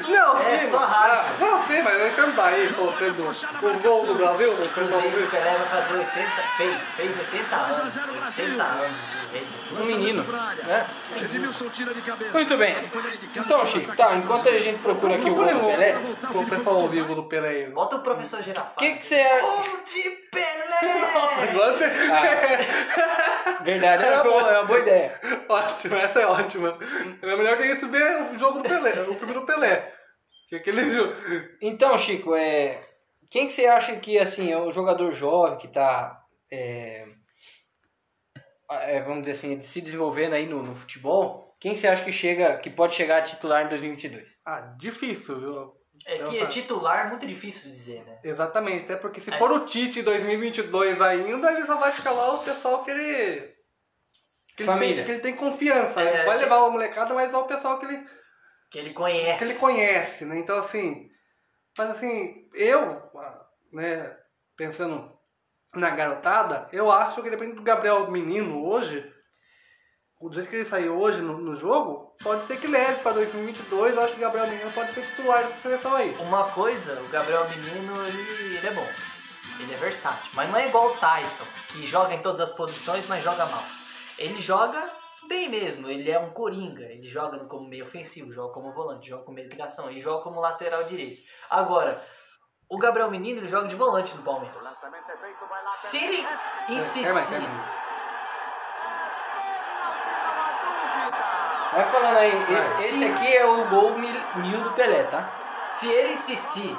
S2: Não,
S3: É,
S2: sim,
S3: só rádio.
S2: ah, Não, sim, mas você não tá aí colocando os gols do Brasil, o pessoal
S3: Inclusive, o
S2: ver.
S3: Pelé vai fazer 80. Fez, fez 80 anos. 80 anos de rei.
S1: Um menino. Né?
S4: Edmilson tira de cabeça.
S1: Muito bem. Então, Chico, tá, enquanto a gente procura aqui o gol do Pelé, o
S2: um O pessoal ao vivo do Pelé aí.
S3: Bota o professor Girafales.
S1: Hum. que que você é? acha?
S3: Gol de Pelé!
S2: Nossa, agora você. Ah.
S1: Verdade, era boa, era É uma boa ideia.
S2: Ótimo, essa é ótima. Era melhor que isso ver o jogo do Pelé, o filme do Pelé. Que aquele jogo.
S1: Então, Chico, é... quem que você acha que assim, é o jogador jovem que está, vamos dizer assim, se desenvolvendo aí no, no futebol? Quem que você acha que chega, que pode chegar a titular em 2022?
S2: Ah, difícil, viu?
S3: É que é titular muito difícil de dizer, né?
S2: Exatamente, até porque se
S3: É.
S2: for o Tite 2022 ainda, ele só vai escalar o pessoal que ele. Que
S1: Família.
S2: Ele tem, que ele tem confiança.
S3: É,
S2: ele vai
S3: é.
S2: levar o molecada, mas é o pessoal que ele,
S3: Que ele
S2: que
S3: conhece.
S2: ele conhece, né? Então, assim. Mas, assim, eu, né, pensando na garotada, eu acho que depende do Gabriel Menino hoje. O jeito que ele saiu hoje no, no jogo, pode ser que leve pra 2022. Eu acho que o Gabriel Menino pode ser titular dessa seleção aí.
S3: Uma coisa, o Gabriel Menino, ele, ele é bom. Ele é versátil. Mas não é igual o Tyson, que joga em todas as posições, mas joga mal. Ele joga bem mesmo. Ele é um coringa. Ele joga como meio ofensivo, joga como volante, joga como meio de ligação e joga como lateral direito. Agora, o Gabriel Menino, ele joga de volante no Palmeiras. Se ele insistir...
S1: Quer mais, quer mais? Vai falando aí, esse, esse aqui é o gol mil, mil do Pelé, tá?
S3: Se ele insistir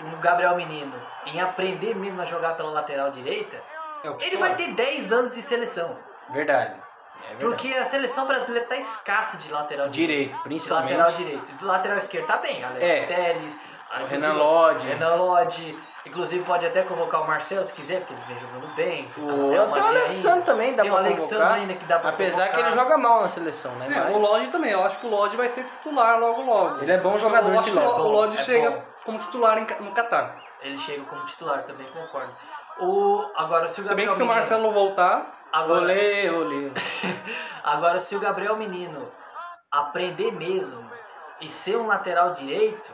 S3: no Gabriel Menino em aprender mesmo a jogar pela lateral direita,
S1: É o
S3: ele vai ter 10 anos de seleção.
S1: Verdade. É verdade.
S3: Porque a seleção brasileira tá escassa de lateral direito.
S1: Direito,
S3: De lateral
S1: principalmente.
S3: direito. Do lateral esquerdo tá bem. Alex
S1: É.
S3: Telles.
S1: O
S3: inclusive,
S1: Renan Lodge.
S3: Renan Lodge. Inclusive pode até convocar o Marcelo se quiser, porque ele vem jogando bem. tá
S1: O, até o Alexandre também dá
S3: Tem o
S1: pra
S3: Alexandre
S1: convocar.
S3: ainda que dá pra
S1: Apesar que
S3: convocar.
S1: ele joga mal na seleção, né?
S2: É,
S1: Mas-
S2: o Lodge também, eu acho que o Lodge vai ser titular logo logo.
S1: Ele é bom jogador,
S2: eu acho
S1: esse
S2: que o
S1: Lodge.
S2: Lo- o Lodge
S3: É
S2: chega
S3: bom.
S2: como titular em Ca- no Catar.
S3: Ele chega como titular, também concordo. O, agora, se
S2: Se
S3: o
S2: bem
S3: Gabriel
S2: que se o
S3: Menino-
S2: Marcelo voltar,
S3: Agora,
S1: Rolê, rolê.
S3: Agora, se o Gabriel Menino aprender mesmo e ser um lateral direito,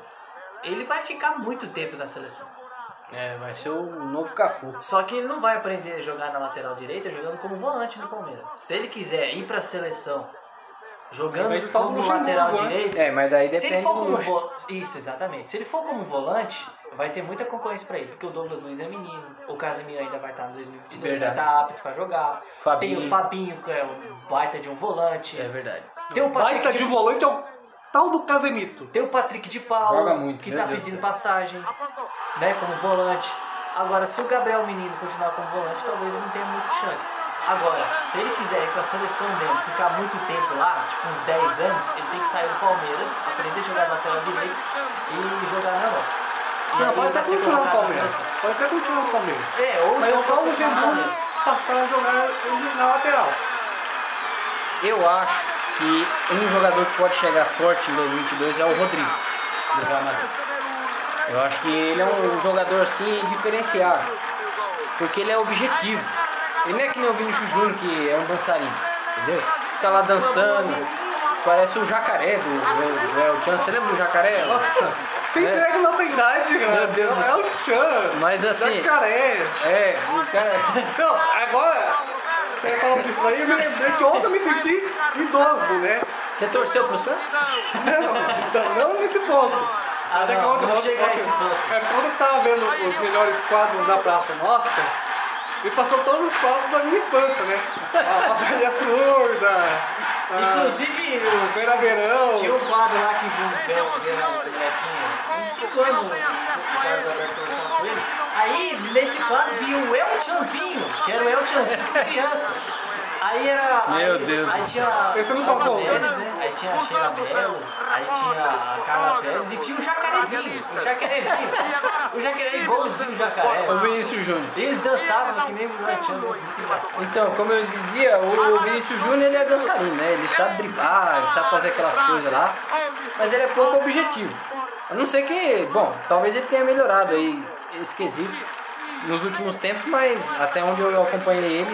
S3: ele vai ficar muito tempo na seleção.
S1: É, vai ser o novo Cafu.
S3: Só que ele não vai aprender a jogar na lateral direita jogando como volante no Palmeiras. Se ele quiser ir pra seleção
S2: Ele vai
S3: jogando
S2: pra
S3: como
S2: Luxemburgo,
S3: lateral
S2: né?
S3: direito,
S1: É, mas daí
S3: se
S1: depende
S3: ele for como
S1: do...
S3: vo- Isso, exatamente. Se ele for como volante, vai ter muita concorrência pra ele, porque o Douglas Luiz é menino, o Casemiro ainda vai estar no 2022,
S1: Verdade.
S3: vai estar tá apto pra jogar.
S1: Fabinho.
S3: Tem o Fabinho, que é um baita de um volante.
S1: É verdade.
S3: Tem o Patrick
S2: Baita de volante é o tal do Casemito.
S3: tem o Patrick de Paulo,
S1: Joga muito,
S3: que
S1: meu
S3: tá
S1: Deus
S3: pedindo
S1: do céu.
S3: passagem, né, como volante. Agora, se o Gabriel Menino continuar como volante, talvez ele não tenha muita chance. Agora, se ele quiser ir pra seleção mesmo, ficar muito tempo lá, tipo uns 10 anos, ele tem que sair do Palmeiras, aprender a jogar lateral direito e jogar na Europa. E
S2: Não,
S3: aí
S2: pode
S3: ele
S2: Ah, até
S3: vai ser
S2: continuar no
S3: convocado na
S2: Palmeiras.
S3: seleção.
S2: Pode até continuar no Palmeiras.
S3: É, ou
S2: Mas
S3: então
S2: é só o
S3: vai continuar no
S2: Luxemburgo
S3: Palmeiras.
S2: passar a jogar ele na lateral.
S1: Eu acho que um jogador que pode chegar forte em 2022 é o Rodrigo, do Real Madrid. Eu acho que ele é um jogador assim diferenciado, porque ele é objetivo. Ele não é que nem o Vinícius Júnior, que é um dançarino, entendeu? Fica lá dançando, parece o jacaré do, do, do El Chan. Você lembra do jacaré?
S2: Nossa, tem
S1: É.
S2: entrega nossa idade, cara.
S1: Meu Deus do
S2: É
S1: céu.
S2: o Chan.
S1: Mas assim-
S2: Jacaré.
S1: É, o cara.
S2: Não, agora, você falando disso aí, eu me lembrei que ontem eu me senti idoso, né?
S1: Você torceu pro Santos?
S2: Não, então, não nesse ponto.
S3: Ah,
S2: Até que
S3: não,
S2: ontem-
S3: não
S2: ontem-
S3: chega a
S2: ontem-
S3: esse ponto.
S2: É, quando eu estava vendo os melhores quadros da Praça Nossa, me passou todos os quadros da minha infância, né? A Batalha Surda, a
S3: Inclusive, o
S2: Vera Verão.
S3: Tinha um quadro lá que viu o bonequinho uns 5 anos, o Carlos Alberto conversando com ele. Aí, nesse quadro, vinha o El Chanzinho, que era o El Chanzinho criança. Aí era.
S1: Meu
S3: aí,
S1: Deus
S3: Aí
S1: do
S3: tinha.
S2: Esse não
S3: a
S2: passou.
S3: Paula Pérez, né? Aí tinha a Sheila Mello, aí tinha a Carla Pérez e tinha o Jacarezinho. O Jacarezinho. O Jacaré igualzinho o Jacaré.
S1: O Vinícius Júnior.
S3: Eles dançavam que nem o El Chan, muito engraçado.
S1: Então, como eu dizia, o Vinícius Júnior ele é dançarino, né? Ele sabe driblar, ele sabe fazer aquelas coisas lá, mas ele é pouco objetivo. A não ser que, bom, talvez ele tenha melhorado aí, esquisito, nos últimos tempos, mas até onde eu acompanhei ele,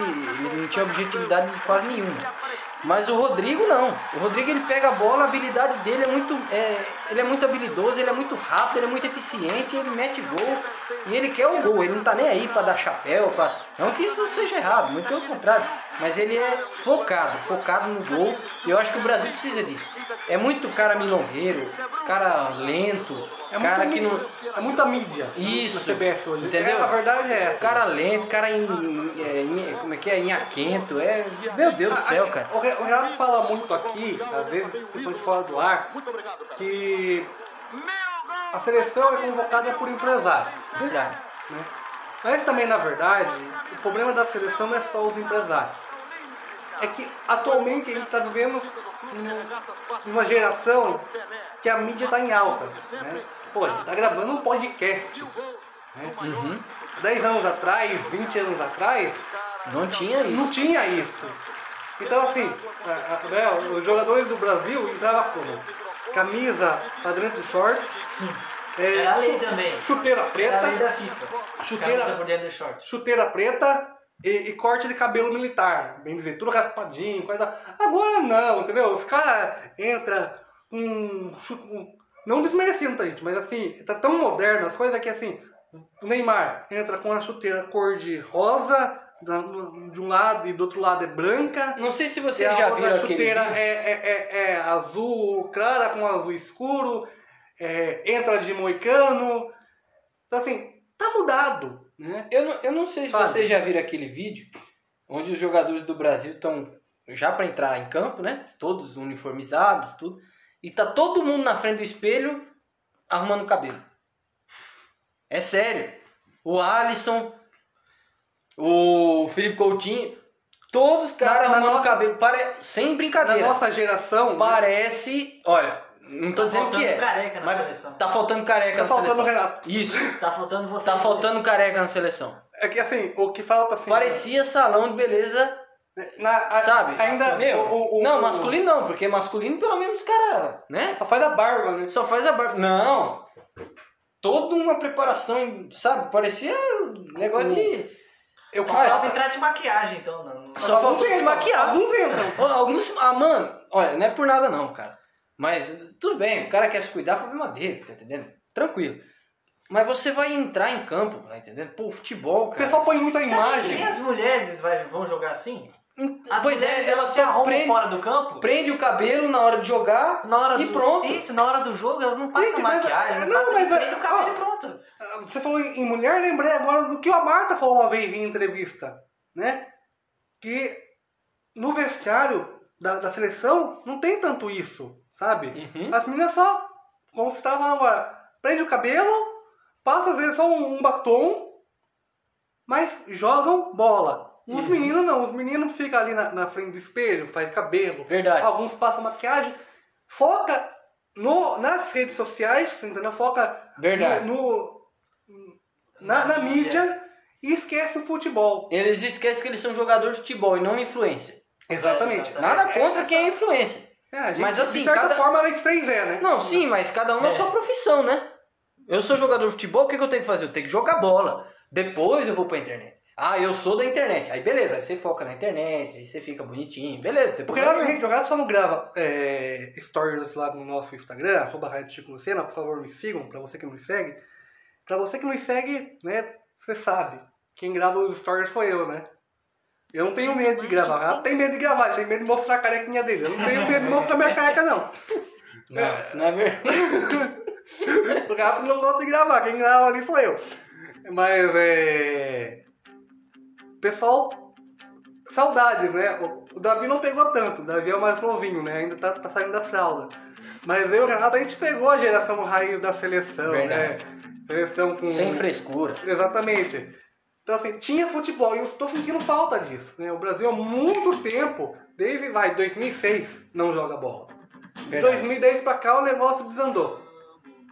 S1: ele não tinha objetividade de quase nenhuma. Mas o Rodrigo não. O Rodrigo ele pega a bola, a habilidade dele é muito, é, ele é muito habilidoso, ele é muito rápido, ele é muito eficiente, ele mete gol e ele quer o gol. Ele não tá nem aí pra dar chapéu, pra... não que isso seja errado, muito pelo contrário. Mas ele é focado, focado no gol. E eu acho que o Brasil precisa disso. É muito cara milongueiro, cara lento,
S2: É muita
S1: cara que
S2: mídia.
S1: não
S2: É muita mídia.
S1: Isso.
S2: Na CBF hoje.
S1: Entendeu?
S2: É, a verdade é essa.
S1: cara lento, cara em, é, em- como é que é, inhaquento, é meu Deus do céu, cara.
S2: Ah, O Re- o Renato fala muito aqui, às vezes, principalmente fora do ar, que a seleção é convocada por empresários.
S1: Verdade.
S2: né? Mas também, na verdade, o problema da seleção não é só os empresários. É que atualmente a gente está vivendo num- numa geração que a mídia está em alta. Né? Pô, a gente está gravando um podcast. Né?
S1: Uhum.
S2: 10 anos atrás, 20 anos atrás,
S1: Não tinha
S2: não
S1: isso.
S2: tinha isso. Então, assim, a- a- né, os jogadores do Brasil entravam como? Camisa pra dentro dos shorts, é,
S3: Era a lei
S2: chu-
S3: também.
S2: chuteira
S3: Era a lei
S2: preta,
S3: da FIFA.
S2: Chuteira.
S3: Camisa é por dentro do short.
S2: chuteira preta e, e corte de cabelo militar. Bem dizer, tudo raspadinho, coisa. Agora não, entendeu? Os caras entram com. chu- com- Não desmerecendo, tá, gente? Mas assim, tá tão moderno as coisas que assim. O Neymar entra com a chuteira cor de rosa, da- de um lado e do outro lado é branca.
S1: Não sei se
S2: E
S1: vocês
S2: a
S1: já
S2: outra
S1: viram aquele
S2: chuteira
S1: vídeo.
S2: é, é, é, é azul clara com azul escuro, é, entra de moicano. Então, assim, tá mudado, né?
S1: Eu não, eu não sei se
S2: Sabe?
S1: vocês já viram aquele vídeo onde os jogadores do Brasil estão já para entrar em campo, né? Todos uniformizados, tudo. E tá todo mundo na frente do espelho arrumando o cabelo. É sério. O Alisson, o Felipe Coutinho, todos os caras
S2: na
S1: arrumando o
S2: nossa-
S1: cabelo. Pare... Sem
S2: Na
S1: brincadeira.
S2: nossa geração, né,
S1: Parece. Olha, não tô
S3: Tá
S1: dizendo que
S3: faltando
S1: é.
S3: careca na
S1: mas
S3: seleção.
S1: Tá faltando careca
S2: tá
S1: na
S2: faltando o
S1: seleção.
S2: Renato.
S1: Isso.
S3: Tá faltando você.
S1: Tá faltando careca na seleção.
S2: É que assim, o que falta assim. né,
S1: Parecia salão de beleza,
S2: na- a-
S1: sabe?
S2: Ainda.
S1: Meu,
S2: o- o-
S1: não,
S2: o-
S1: masculino não, porque masculino pelo menos os caras, né?
S2: Só faz a barba, né?
S1: Só faz a barba. Não! Toda uma preparação, sabe? Parecia um negócio de.
S2: Eu que
S3: Faltava
S2: falta-
S3: entrar de maquiagem, então. Não, não-
S1: Só faltou se
S2: entram,
S1: maquiar.
S2: Alguns entram.
S1: Ó, Alguns. Ah, mano, olha, não é por nada não, cara. Mas tudo bem, o cara quer se cuidar, problema dele, tá entendendo? Tranquilo. Mas você vai entrar em campo, tá entendendo? Pô, futebol,
S2: O
S1: cara.
S2: pessoal põe muita
S3: Será que nem
S1: é?
S2: imagem.
S3: as mulheres vai- vão jogar assim?
S1: Hum,
S3: As
S1: pois
S3: mulheres,
S1: é, ela
S3: elas se
S1: só
S3: arrumam
S1: prende,
S3: fora do campo?
S1: prende o cabelo na hora de jogar
S3: Na hora
S1: e
S3: do...
S1: pronto.
S3: Isso, na hora do jogo elas não passam
S2: Gente, mas-
S3: maquiagem,
S2: não,
S3: não,
S2: mas-
S3: passam prende o cabelo
S2: ó.
S3: e pronto.
S2: Ah, Você falou em mulher, lembrei agora do que a Marta falou uma vez em entrevista, né? Que no vestiário da, da seleção não tem tanto isso, sabe?
S1: Uhum.
S2: As meninas só, como você estava falando agora, prende o cabelo, passa às vezes só um, um batom, mas jogam bola.
S1: Uhum.
S2: Os meninos não, os meninos ficam ali na, na frente do espelho, faz cabelo,
S1: Verdade.
S2: alguns passam maquiagem, foca no, nas redes sociais, entendeu? Foca
S1: Verdade.
S2: no, no- na, na mídia e esquece o futebol.
S1: Eles esquecem que eles são jogador de futebol e não influencer.
S2: Exatamente.
S3: É,
S1: Nada contra quem é influencer.
S2: É, a gente,
S1: Mas, assim,
S2: de certa
S1: cada-
S2: forma, ela é 3 é, né?
S1: Não, sim, mas cada um na
S3: É.
S1: sua profissão, né? Eu sou jogador de futebol, o que, que eu tenho que fazer? Eu tenho que jogar bola. Depois eu vou pra internet. Ah, eu sou da internet. Aí beleza, aí você foca na internet, aí você fica bonitinho, beleza. Depois
S2: Porque lá no Rede Jogada só não grava é, stories lá no nosso Instagram, arroba Rádio Chico Lucena, por favor me sigam, pra você que não me segue. Pra você que não me segue, né, você sabe, quem grava os stories sou eu, né? Eu não tenho medo de gravar, ela tem medo de gravar, ele tem medo de mostrar a carequinha dele, eu não tenho medo de mostrar minha careca não.
S1: Não, isso não é verdade.
S2: O gato não gosta de gravar, quem grava ali sou eu. Mas é. Pessoal, saudades, né? O- O Davi não pegou tanto, o Davi é o mais novinho, né? Ainda tá, tá saindo da fralda. Mas eu e o Renato, a gente pegou a geração raiz da seleção,
S1: Verdade.
S2: né? Seleção com.
S1: Sem frescura.
S2: Exatamente. Então, assim, tinha futebol e eu estou sentindo falta disso, né? O Brasil há muito tempo, desde, vai, 2006, não joga bola.
S1: Verdade.
S2: 2010 pra cá o negócio desandou.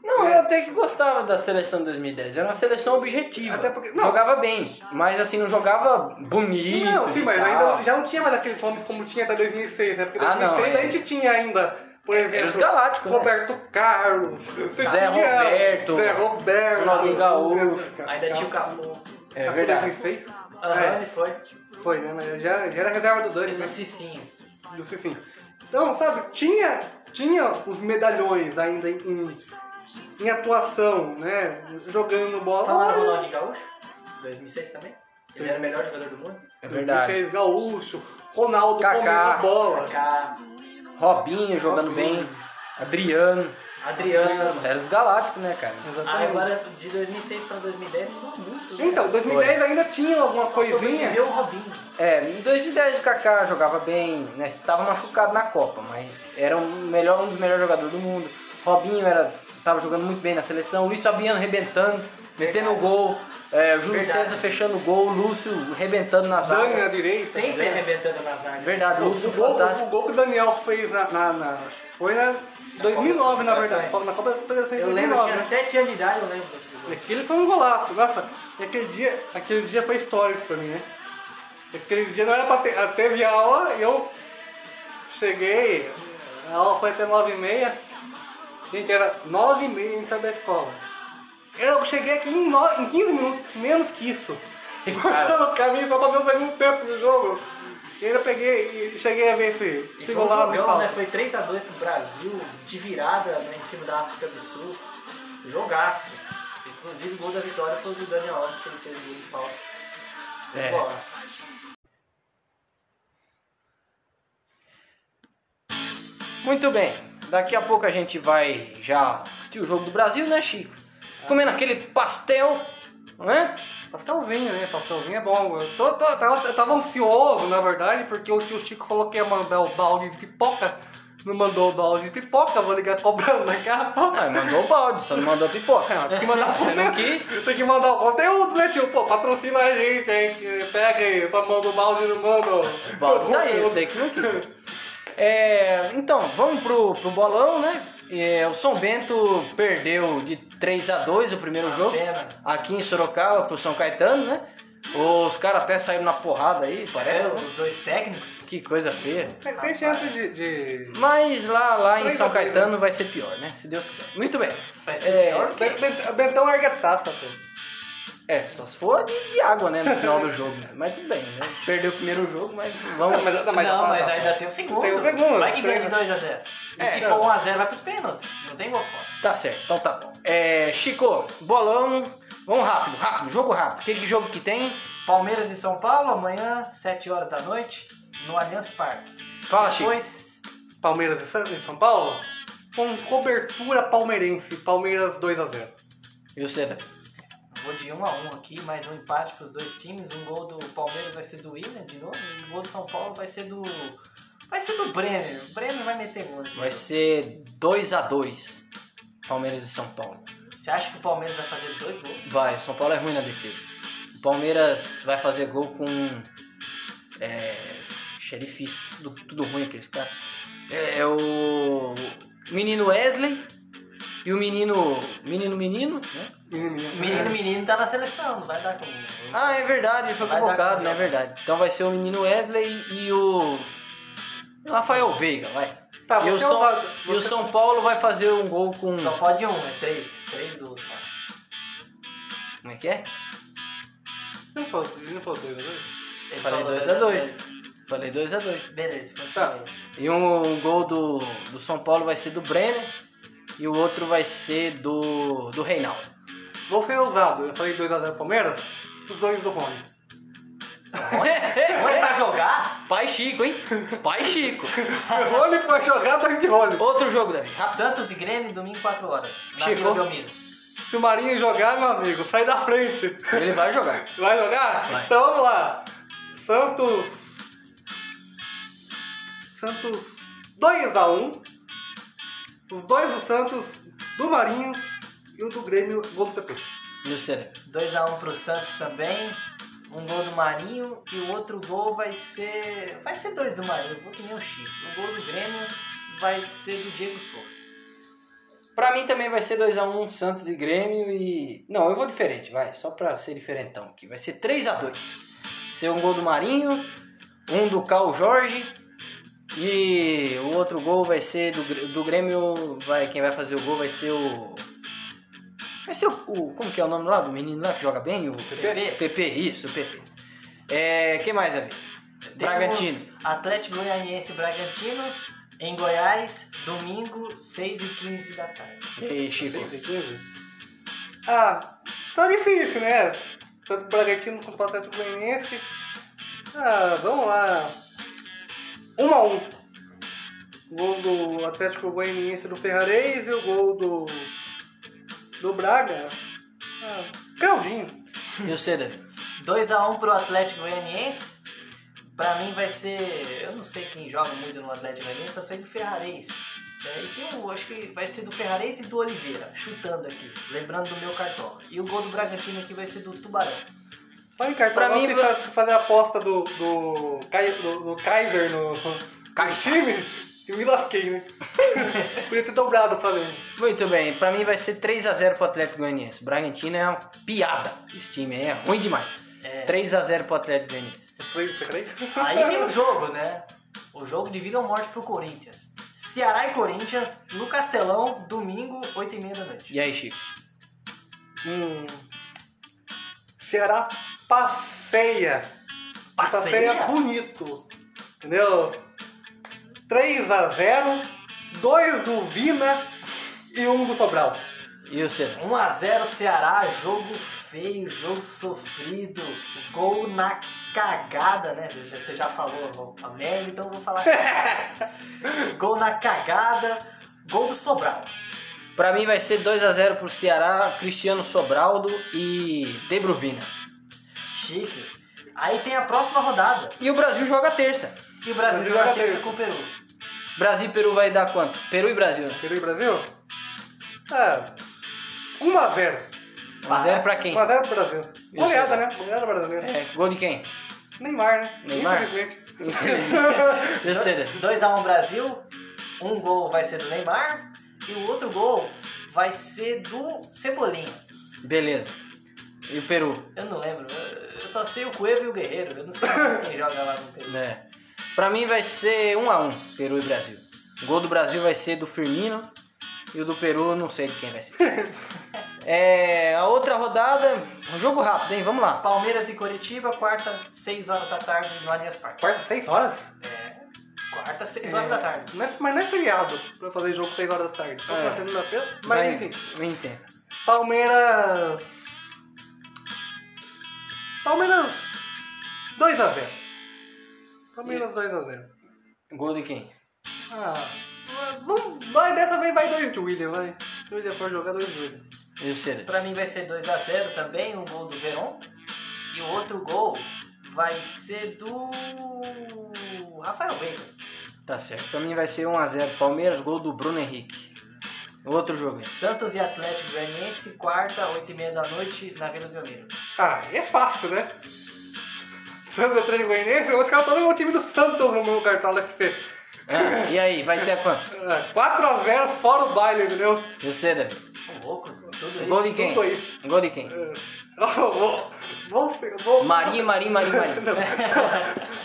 S1: Não, eu até que gostava da seleção de 2010. Era uma seleção objetiva.
S2: Até porque- não.
S1: Jogava bem, mas assim, não jogava bonito.
S2: Não, sim,
S1: e
S2: mas
S1: tal.
S2: ainda já não tinha mais aqueles nomes como tinha até 2006, né? Porque
S1: Ah,
S2: 2006
S1: não, é.
S2: a gente tinha ainda, por exemplo,
S1: Era os galácticos, né?
S2: Roberto Carlos, você
S1: Zé
S2: tinha
S1: Roberto,
S2: Zé Roberto,
S1: Ronaldinho Gaúcho.
S2: Ca-
S3: Ainda tinha o Cafu.
S1: É verdade.
S2: 2006?
S3: Aham,
S2: É.
S3: ele foi.
S2: Foi, né? Mas já, já era reserva do Dani,
S3: E
S2: né?
S3: do Cicinho.
S2: Do Cifim. Então, sabe, tinha, tinha os medalhões ainda em, em atuação, né? Jogando bola.
S3: Falaram do Ronaldinho Gaúcho? 2006 também? Ele era o melhor jogador do mundo?
S1: É verdade.
S2: 2006, Ah, Gaúcho, Ronaldo
S1: Kaká.
S2: comendo a bola.
S3: Kaká,
S1: Robinho jogando bem. Adriano.
S3: Adriano.
S1: Era os galácticos, né, cara?
S3: Aí agora, de 2006 pra 2010, mudou muito. né?
S2: Então, 2010 ainda tinha alguma
S3: Só Tá
S2: coisinha.
S3: sobreviveu o Robinho.
S1: É, em 2010 o Kaká jogava bem, né? Tava machucado na Copa, mas era um, melhor, um dos melhores jogadores do mundo. Robinho era, tava jogando muito bem na seleção, Luiz Fabiano rebentando, metendo o gol, é, o Júlio
S3: Verdade.
S1: César fechando o gol, Lúcio rebentando na
S2: Dani na Um
S1: zaga.
S2: direita.
S3: Sempre
S2: né?
S3: arrebentando na zaga.
S1: Verdade,
S2: O,
S3: é
S1: Lúcio
S2: o gol,
S1: fantástico.
S2: o gol que o Daniel fez na. na- na- foi na 2009, na verdade.
S3: Confederações.
S2: Na Copa da Federação de
S3: Eu lembro, eu
S2: 2009.
S3: tinha
S2: né?
S3: 7 anos de idade, eu lembro desse jogo.
S2: Aquele foi um golaço, nossa. E aquele dia, aquele dia foi histórico pra mim, né? Aquele dia não era pra ter. ah, Teve aula e eu cheguei, a aula foi até 9h30. Gente, era 9h30 a gente saiu da escola. Eu cheguei aqui em, no, em 15 minutos, menos que isso. Cortando o caminho só pra ver o segundo tempo do jogo. E ainda peguei e cheguei a ver esse,
S3: E
S2: esse
S3: foi um
S2: golaço.
S3: jogão, né? Foi 3x2 pro Brasil, de virada né, em cima da África do Sul. Jogaço. Inclusive, o gol da vitória foi do Daniel Alves, que ele fez o gol de falta.
S1: É.
S3: Golaço.
S1: Muito bem, daqui a pouco a gente vai já assistir o jogo do Brasil, né, Chico? Comendo aquele pastel, né?
S2: Pastelzinho, né? Pastelzinho é bom. Eu, tô- tô- eu tava, eu tava ansioso, na verdade, porque o tio Chico falou que ia mandar o balde de pipoca. Não mandou o balde de pipoca, vou ligar cobrando daqui a pouco.
S1: Ah, mandou o balde, só não mandou a pipoca.
S2: Tem que mandar o
S1: Você não
S2: conteúdo.
S1: quis?
S2: Tem que mandar o conteúdo, né, tio? Pô, patrocina a gente, hein? Pega aí, só manda o balde não manda. O
S1: Bom, tá aí, eu sei que não quis. É, então, vamos pro, pro bolão, né? É, o São Bento perdeu de 3 a 2 o primeiro jogo. Tá.
S3: Ah, pena.
S1: Aqui em Sorocaba, pro São Caetano, né? Os caras até saíram na porrada aí,
S3: É,
S1: parece. né?
S3: os dois técnicos.
S1: Que coisa feia.
S2: Tem, tem chance de. de...
S1: Mas lá, lá em
S2: Três
S1: São
S2: a dois,
S1: Caetano vai ser pior, né? Se Deus quiser. Muito bem.
S3: Vai ser
S1: É,
S3: pior?
S2: Ben- Ben- Bentão erga taça, pô.
S1: É, só se for de, de água, né, no final do jogo. né? Mas tudo bem, né? Perdeu o primeiro jogo, mas vamos.
S2: Não, mas, não,
S3: Não, mas,
S2: mas, não.
S3: ainda tem o segundo.
S2: Tem o segundo.
S3: Vai que ganha de
S2: Tem-
S3: 2x0. E
S1: É,
S3: se
S1: não.
S3: for 1x0, vai pros pênaltis. Não tem gol fora.
S1: Tá certo, então tá bom. É, Chico, bolão. Vamos rápido, rápido, jogo rápido. Que, que jogo que tem?
S3: Palmeiras e São Paulo, amanhã, 7 horas da noite, no Allianz Parque.
S1: Fala, Chico.
S3: Depois,
S2: Palmeiras e San- e São Paulo com cobertura palmeirense. Palmeiras 2x0.
S1: E você?
S3: vou de 1 a 1 aqui, mais um empate pros dois times. Um gol do Palmeiras vai ser do Willian de novo, e o gol do São Paulo vai ser do. Vai ser do Brenner. O Brenner vai meter gol. nesse
S1: Vai
S3: jogo.
S1: ser 2 a 2 Palmeiras e São Paulo.
S3: Você acha que o Palmeiras vai fazer dois gols?
S1: Vai, o São Paulo é ruim na defesa. O Palmeiras vai fazer gol com. É. Xerifista, tudo, tudo ruim aqueles caras. É, é o. Menino Wesley e o menino. Menino, menino, né?
S2: Menino, menino.
S3: Menino, menino tá na seleção, não vai dar comigo.
S1: Ah, é verdade, ele foi
S3: Vai dar
S1: convocado, né?
S3: campeão.
S1: É verdade. Então vai ser o menino Wesley e o. Rafael Veiga, vai.
S2: Tá,
S1: e, o
S2: você é
S1: São,
S2: um va-
S1: e o
S2: você-
S1: São Paulo vai fazer um gol com.
S3: Só pode um, é três. Três gols só.
S1: Como é que é?
S2: Não falou 2x2.
S3: Ele
S1: Falei
S3: falou
S1: 2 a
S3: dois a
S1: 2 Falei 2 a 2
S3: Beleza,
S2: Tá.
S3: continua.
S1: E um gol do, do São Paulo vai ser do Brenner e o outro vai ser do, do Reinaldo.
S2: Vou ser ousado. é Eu falei 2x0 Palmeiras. Os dois do Rony.
S3: Agora vai jogar?
S1: Pai Chico, hein? Pai Chico.
S2: O Rony foi jogar dois de Rony.
S1: Outro jogo, Davi. Rápido.
S3: Santos e Grêmiro, domingo, 4 horas. Na
S1: Chegou.
S3: Vila Belmiro.
S2: Se o Marinho jogar, meu amigo, sai da frente.
S1: Ele vai jogar.
S2: Vai jogar?
S1: Vai.
S2: Então vamos lá. Santos. Santos 2x1. Os dois do Santos, do Marinho e o do Grêmio, gol do PP.
S1: E o Seré?
S3: 2x1 pro Santos também. Um gol do Marinho e o outro gol vai ser. Vai ser dois do Marinho, vou que nem o Chico. O gol do Grêmio vai ser do Diego Souza.
S1: Pra mim também vai ser 2x1 Santos e Grêmio e. Não, eu vou diferente, vai. Só pra ser diferentão aqui. Vai ser 3x2. Ser um gol do Marinho, um do Cal Jorge. E o outro gol vai ser do, Gr- do Grêmio. Vai, quem vai fazer o gol vai ser o. Vai ser o, o- Como que é o nome lá do menino lá que joga bem? O
S3: PP.
S1: PP, isso, o PP. É. Quem mais, Davi? Bragantino.
S3: Temos Atlético Goianiense e Bragantino em Goiás, domingo, 6h15 da tarde.
S1: E aí, Chico?
S2: Ah, tá difícil, né? Tanto o Bragantino quanto o Atlético Goianiense. Ah, vamos lá. 1 a 1 Gol do Atlético Goianiense do Ferrarese e o gol do. do Braga. Ah, Claudinho.
S1: E você, Davi?
S3: 2x1 pro Atlético Goianiense. Pra mim vai ser. Eu não sei quem joga muito no Atlético Goianiense, eu sei do Ferrarese. É, e tem um, acho que vai ser do Ferrarese e do Oliveira, chutando aqui, lembrando do meu cartola. E o gol do Bragantino aqui vai ser do Tubarão.
S2: Olha, cara,
S1: Pra
S2: pra mim
S1: mim,
S2: precisa fazer a aposta do. do. Kai- do, do Kaiser no. no time. E me lasquei, né? Podia ter dobrado o Flamengo.
S1: Muito bem, pra mim vai ser 3x0 pro Atlético Goianiense. Bragantino é uma piada. Esse time aí é ruim demais.
S3: É.
S1: 3x0 pro Atlético Goianiense.
S2: Foi isso, Ferrarese?
S3: Aí tem o jogo, né? O jogo de vida ou morte pro Corinthians. Ceará e Corinthians no Castelão, domingo, 8h30 da noite.
S1: E é aí, Chico?
S2: Hum. Ceará passeia.
S3: Passeia?
S2: bonito. Entendeu? 3 a 0 2 do Vina e 1 do Sobral.
S1: E o Ceará?
S3: 1x0 Ceará, jogo feio, jogo sofrido, gol na cagada, né? Você você já falou a merda, então eu vou falar. cagada. gol na cagada, gol do Sobral.
S1: Pra mim vai ser 2x0 pro Ceará, Cristiano Sobraldo e Debruvina.
S3: Chique. Aí tem a próxima rodada.
S1: E o Brasil joga terça.
S3: E o Brasil
S2: Brasil
S3: joga
S2: joga
S3: terça
S2: terça.
S3: com o Peru.
S1: Brasil e Peru vai dar quanto? Peru e Brasil, né?
S2: Peru e Brasil? É. 1 a 0
S1: 1x0 pra quem?
S2: 1 a 0 pro Brasil.
S1: E o
S2: Goleada,
S1: Ceará?
S2: né? Goleada brasileira.
S1: É, gol de quem?
S2: Neymar, né?
S1: Neymar?
S2: Infelizmente.
S1: E o Ceará?
S3: 2x1 Brasil, um gol vai ser do Neymar e o outro gol vai ser do Cebolinha.
S1: Beleza. E o Peru?
S3: Eu não lembro, eu- eu só sei o Cuevo e o Guerreiro, eu não sei mais quem joga lá no Peru.
S1: É. Pra mim vai ser 1x1, Peru e Brasil. O gol do Brasil vai ser do Firmino e o do Peru eu não sei de quem vai ser. É, a outra rodada, um jogo rápido, hein? Vamos lá.
S3: Palmeiras e Curitiba, quarta, 6 horas da tarde no Allianz Parque.
S2: Quarta, seis horas?
S3: É, quarta, 6 horas da tarde.
S2: Não é- mas não é feriado pra fazer jogo seis horas da tarde. Só
S1: É.
S2: fazer segunda-feira. Mas
S1: Vai,
S2: enfim.
S1: não entendo.
S2: Palmeiras. Palmeiras 2x0. Palmeiras 2x0.
S1: Gol de quem?
S2: Ah, vamos, vai, dessa vez vai 2 de William, vai. Se o William for jogar, 2 de William.
S1: Eu sei.
S3: Pra mim vai ser 2x0 também, um gol do Verón. E o outro gol vai ser do Rafael Veiga.
S1: Tá certo. Pra mim vai ser 1x0 Palmeiras, gol do Bruno Henrique. Outro jogo.
S3: Santos e Atlético Goianiense, quarta, 8h30 da noite, na Vila Belmiro.
S2: Ah, e é fácil, né? Santos é Atlético Goianiense, eu vou ficar todo o time do Santos no meu cartão né? é, da FC.
S1: Ah, e aí, vai ter quanto?
S2: É, 4x0 fora o baile, entendeu?
S1: Eu sei, Davi.
S3: Ô, louco, tudo
S1: Gol
S3: isso.
S1: de quem?
S2: Tudo isso.
S1: Gol de quem?
S2: É, eu vou, vou, vou,
S1: Marinho, Marinho, Marinho, Marinho.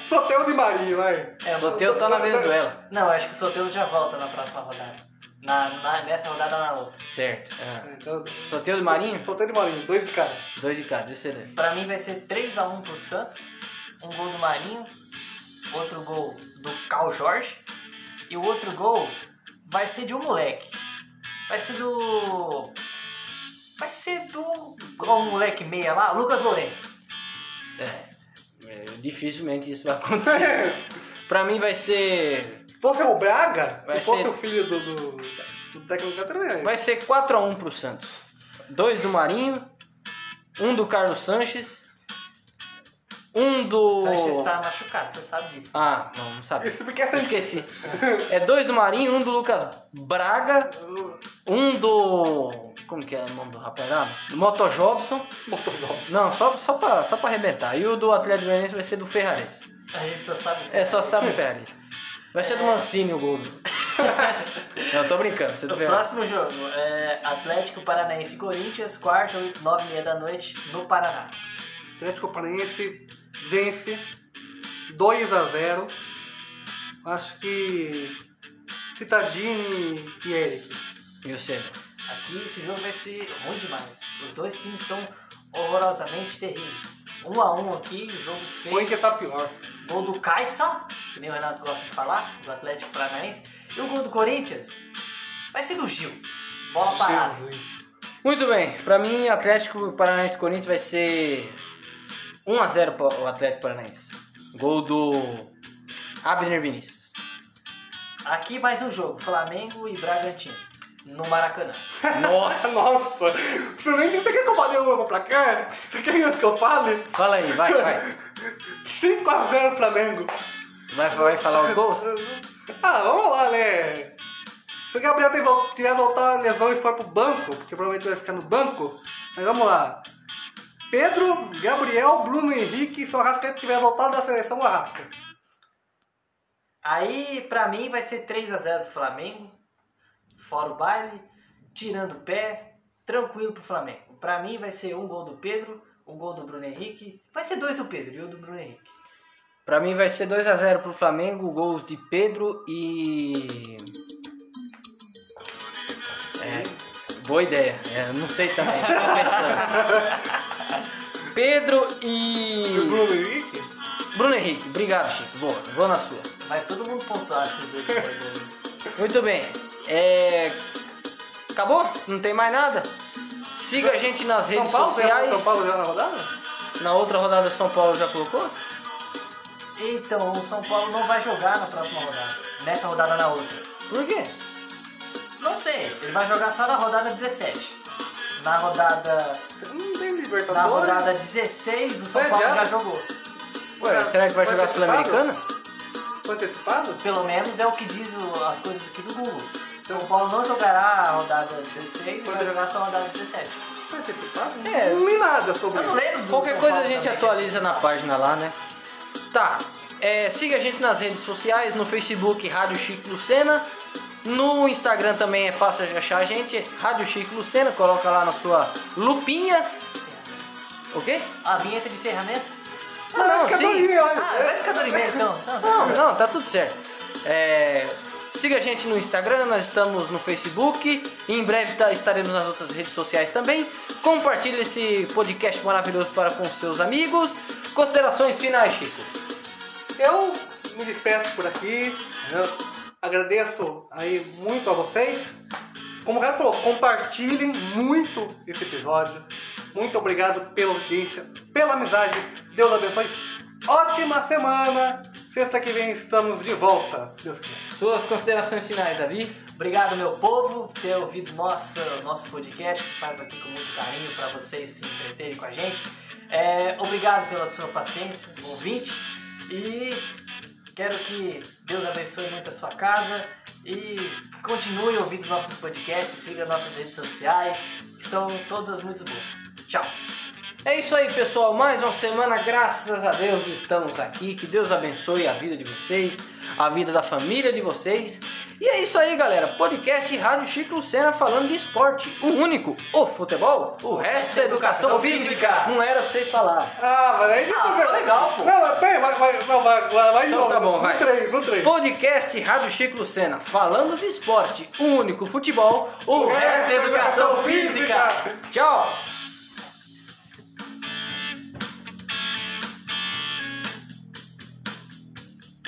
S2: Soteu de Marinho, vai.
S3: É,
S1: Soteu tá na Venezuela.
S3: Não, acho que o Soteldo já volta na próxima rodada. Na, na- nessa rodada na outra.
S1: Certo. Ah.
S2: Então,
S1: Soteu de Marinho?
S2: Solteiro de Marinho, dois de cara.
S1: Dois de cada, é, eu sei, Davi.
S3: Pra mim vai ser 3x1 pro Santos, um gol do Marinho, outro gol do Cal Jorge, e o outro gol vai ser de um moleque. Vai ser do. Vai ser do. Ó, o moleque meia lá, Lucas Lourenço.
S1: É. É, Dificilmente isso vai acontecer. pra mim vai ser.
S2: Se fosse o Braga,
S1: Vai
S2: se fosse
S1: ser-
S2: o filho do, do, do técnico do também.
S1: Vai ser 4x1 pro Santos. Dois do Marinho, um do Carlos Sanches, um
S3: O
S1: do.
S3: Sanches tá machucado, você sabe disso.
S1: Ah, não, não sabe.
S2: Isso porque é tanque.
S1: Esqueci. É dois do Marinho, um do Lucas Braga, um do. Como que é o nome do rapaz lá? Do Moto Jobson. Não, só, só, pra, só pra arrebentar. E o do Atlético Goianiense vai ser do Ferrares.
S3: A gente só sabe disso.
S1: É, só sabe o Ferrares. Vai ser do Mancini o gol. Não, tô brincando, vai ser do
S3: O
S1: Ferrares.
S3: próximo jogo é Atlético Paranaense e Corinthians, quarta, 9 e meia da noite, no Paraná.
S2: Atlético Paranaense vence 2 a 0 Acho que Citadini e Eric.
S1: E o Senna?
S3: Aqui esse jogo vai ser ruim é demais. Os dois times estão horrorosamente terríveis. Um a um aqui, jogo
S2: Põe
S3: feio.
S2: que tá pior.
S3: Gol do Caixa, que nem o Renato gosta de falar, do Atlético Paranaense. E o gol do Corinthians vai ser do Gil. Bola parada.
S2: Jesus.
S1: Muito bem, pra mim, Atlético Paranaense e Corinthians vai ser 1x0 pro o Atlético Paranaense. Gol do Abner Vinícius.
S3: Aqui mais um jogo, Flamengo e Bragantino, no Maracanã.
S1: Nossa!
S2: Nossa! Flamengo, você quer que eu fale alguma pra cá? Você quer que eu fale?
S1: Fala aí, vai, vai.
S2: 5 a 0 Flamengo.
S1: Vai, vai falar os gols?
S2: Ah, vamos lá, né? Se o Gabriel tem vol- tiver voltar a lesão e for pro banco, porque provavelmente vai ficar no banco, mas vamos lá. Pedro, Gabriel, Bruno Henrique e se o Arrascaeta tiver voltado da seleção, o Arrasca.
S3: Aí, pra mim, vai ser 3x0 pro Flamengo. Fora o baile, tirando o pé, tranquilo pro Flamengo. Pra mim, vai ser um gol do Pedro, um gol do Bruno Henrique. Vai ser dois do Pedro e um do Bruno Henrique.
S1: Pra mim vai ser 2x0 pro Flamengo, gols de Pedro e. É, boa ideia. É, não sei também, tô pensando. Pedro
S2: E
S1: e.
S2: o Bruno Henrique?
S1: Bruno Henrique, obrigado, Chico. Boa, vou na sua.
S3: Vai todo mundo pontuar esses dois jogadores.
S1: Muito bem. É, Acabou? Não tem mais nada? Siga a gente nas
S2: São
S1: redes
S2: Paulo, já,
S1: sociais.
S2: São Paulo já na rodada?
S1: Na outra rodada, São Paulo já colocou?
S3: Então, o São Paulo não vai jogar na próxima rodada. Nessa rodada na outra.
S1: Por quê?
S3: Não sei, ele vai jogar só na rodada 17. Na rodada.
S2: Não tem
S3: Na
S2: Libertadores.
S3: rodada 16, o São
S2: Vai
S3: Paulo já
S2: adiar.
S3: jogou.
S1: Ué, será que vai
S2: Foi
S1: jogar
S2: antecipado?
S1: Sul-Americana?
S2: Foi antecipado?
S3: Pelo menos é o que diz o- as coisas aqui do Google. São Paulo não jogará a rodada 16, vai jogar só a rodada 17.
S2: Foi antecipado?
S1: É.
S2: Não li nada sobre
S3: Eu não
S2: isso.
S3: lembro. do
S1: Qualquer
S3: São
S1: coisa a
S3: Paulo
S1: gente
S3: também.
S1: atualiza na página lá, né? Tá. é, siga a gente nas redes sociais, no Facebook Rádio Chico Lucena. No Instagram também é fácil de achar a gente, Rádio Chico Lucena, coloca lá na sua lupinha, ok?
S3: A vinheta de encerramento?
S1: Não,
S2: é
S1: não,
S2: Fica doido,
S1: sim.
S2: olha.
S3: Ah, vai ficar do e-mail então. Não,
S1: Não, não, tá tudo certo. É, Siga a gente no Instagram, nós estamos no Facebook. Em breve tá- estaremos nas outras redes sociais também. Compartilhe esse podcast maravilhoso para com seus amigos. Considerações finais, Chico.
S2: Eu me despeço por aqui. Eu agradeço aí muito a vocês. Como o cara falou, compartilhem muito esse episódio. Muito obrigado pela audiência, pela amizade. Deus abençoe. Ótima semana. Sexta que vem estamos de volta. se Deus quiser.
S1: Suas considerações finais, Davi.
S3: Obrigado, meu povo, por ter ouvido nossa, nosso podcast, que faz aqui com muito carinho para vocês se entreterem com a gente. É, obrigado pela sua paciência, ouvinte, e quero que Deus abençoe muito a sua casa e continue ouvindo nossos podcasts, siga nossas redes sociais, que estão todas muito boas. Tchau!
S1: É isso aí, pessoal. Mais uma semana, graças a Deus, estamos aqui. Que Deus abençoe a vida de vocês, a vida da família de vocês. E é isso aí, galera. Podcast Rádio Chico Lucena falando de esporte. O único, o futebol, o resto é educação física. Não era pra vocês falar.
S2: Ah, mas aí
S3: Ah, foi legal, pô.
S2: Não, mas peraí, vai, vai, não, vai, vai, vai de
S1: Então
S2: novo.
S1: tá bom,
S2: No
S1: vai.
S2: três, no três.
S1: Podcast Rádio Chico Lucena falando é
S2: é
S1: de esporte. O único, futebol, o resto é educação física. Tchau.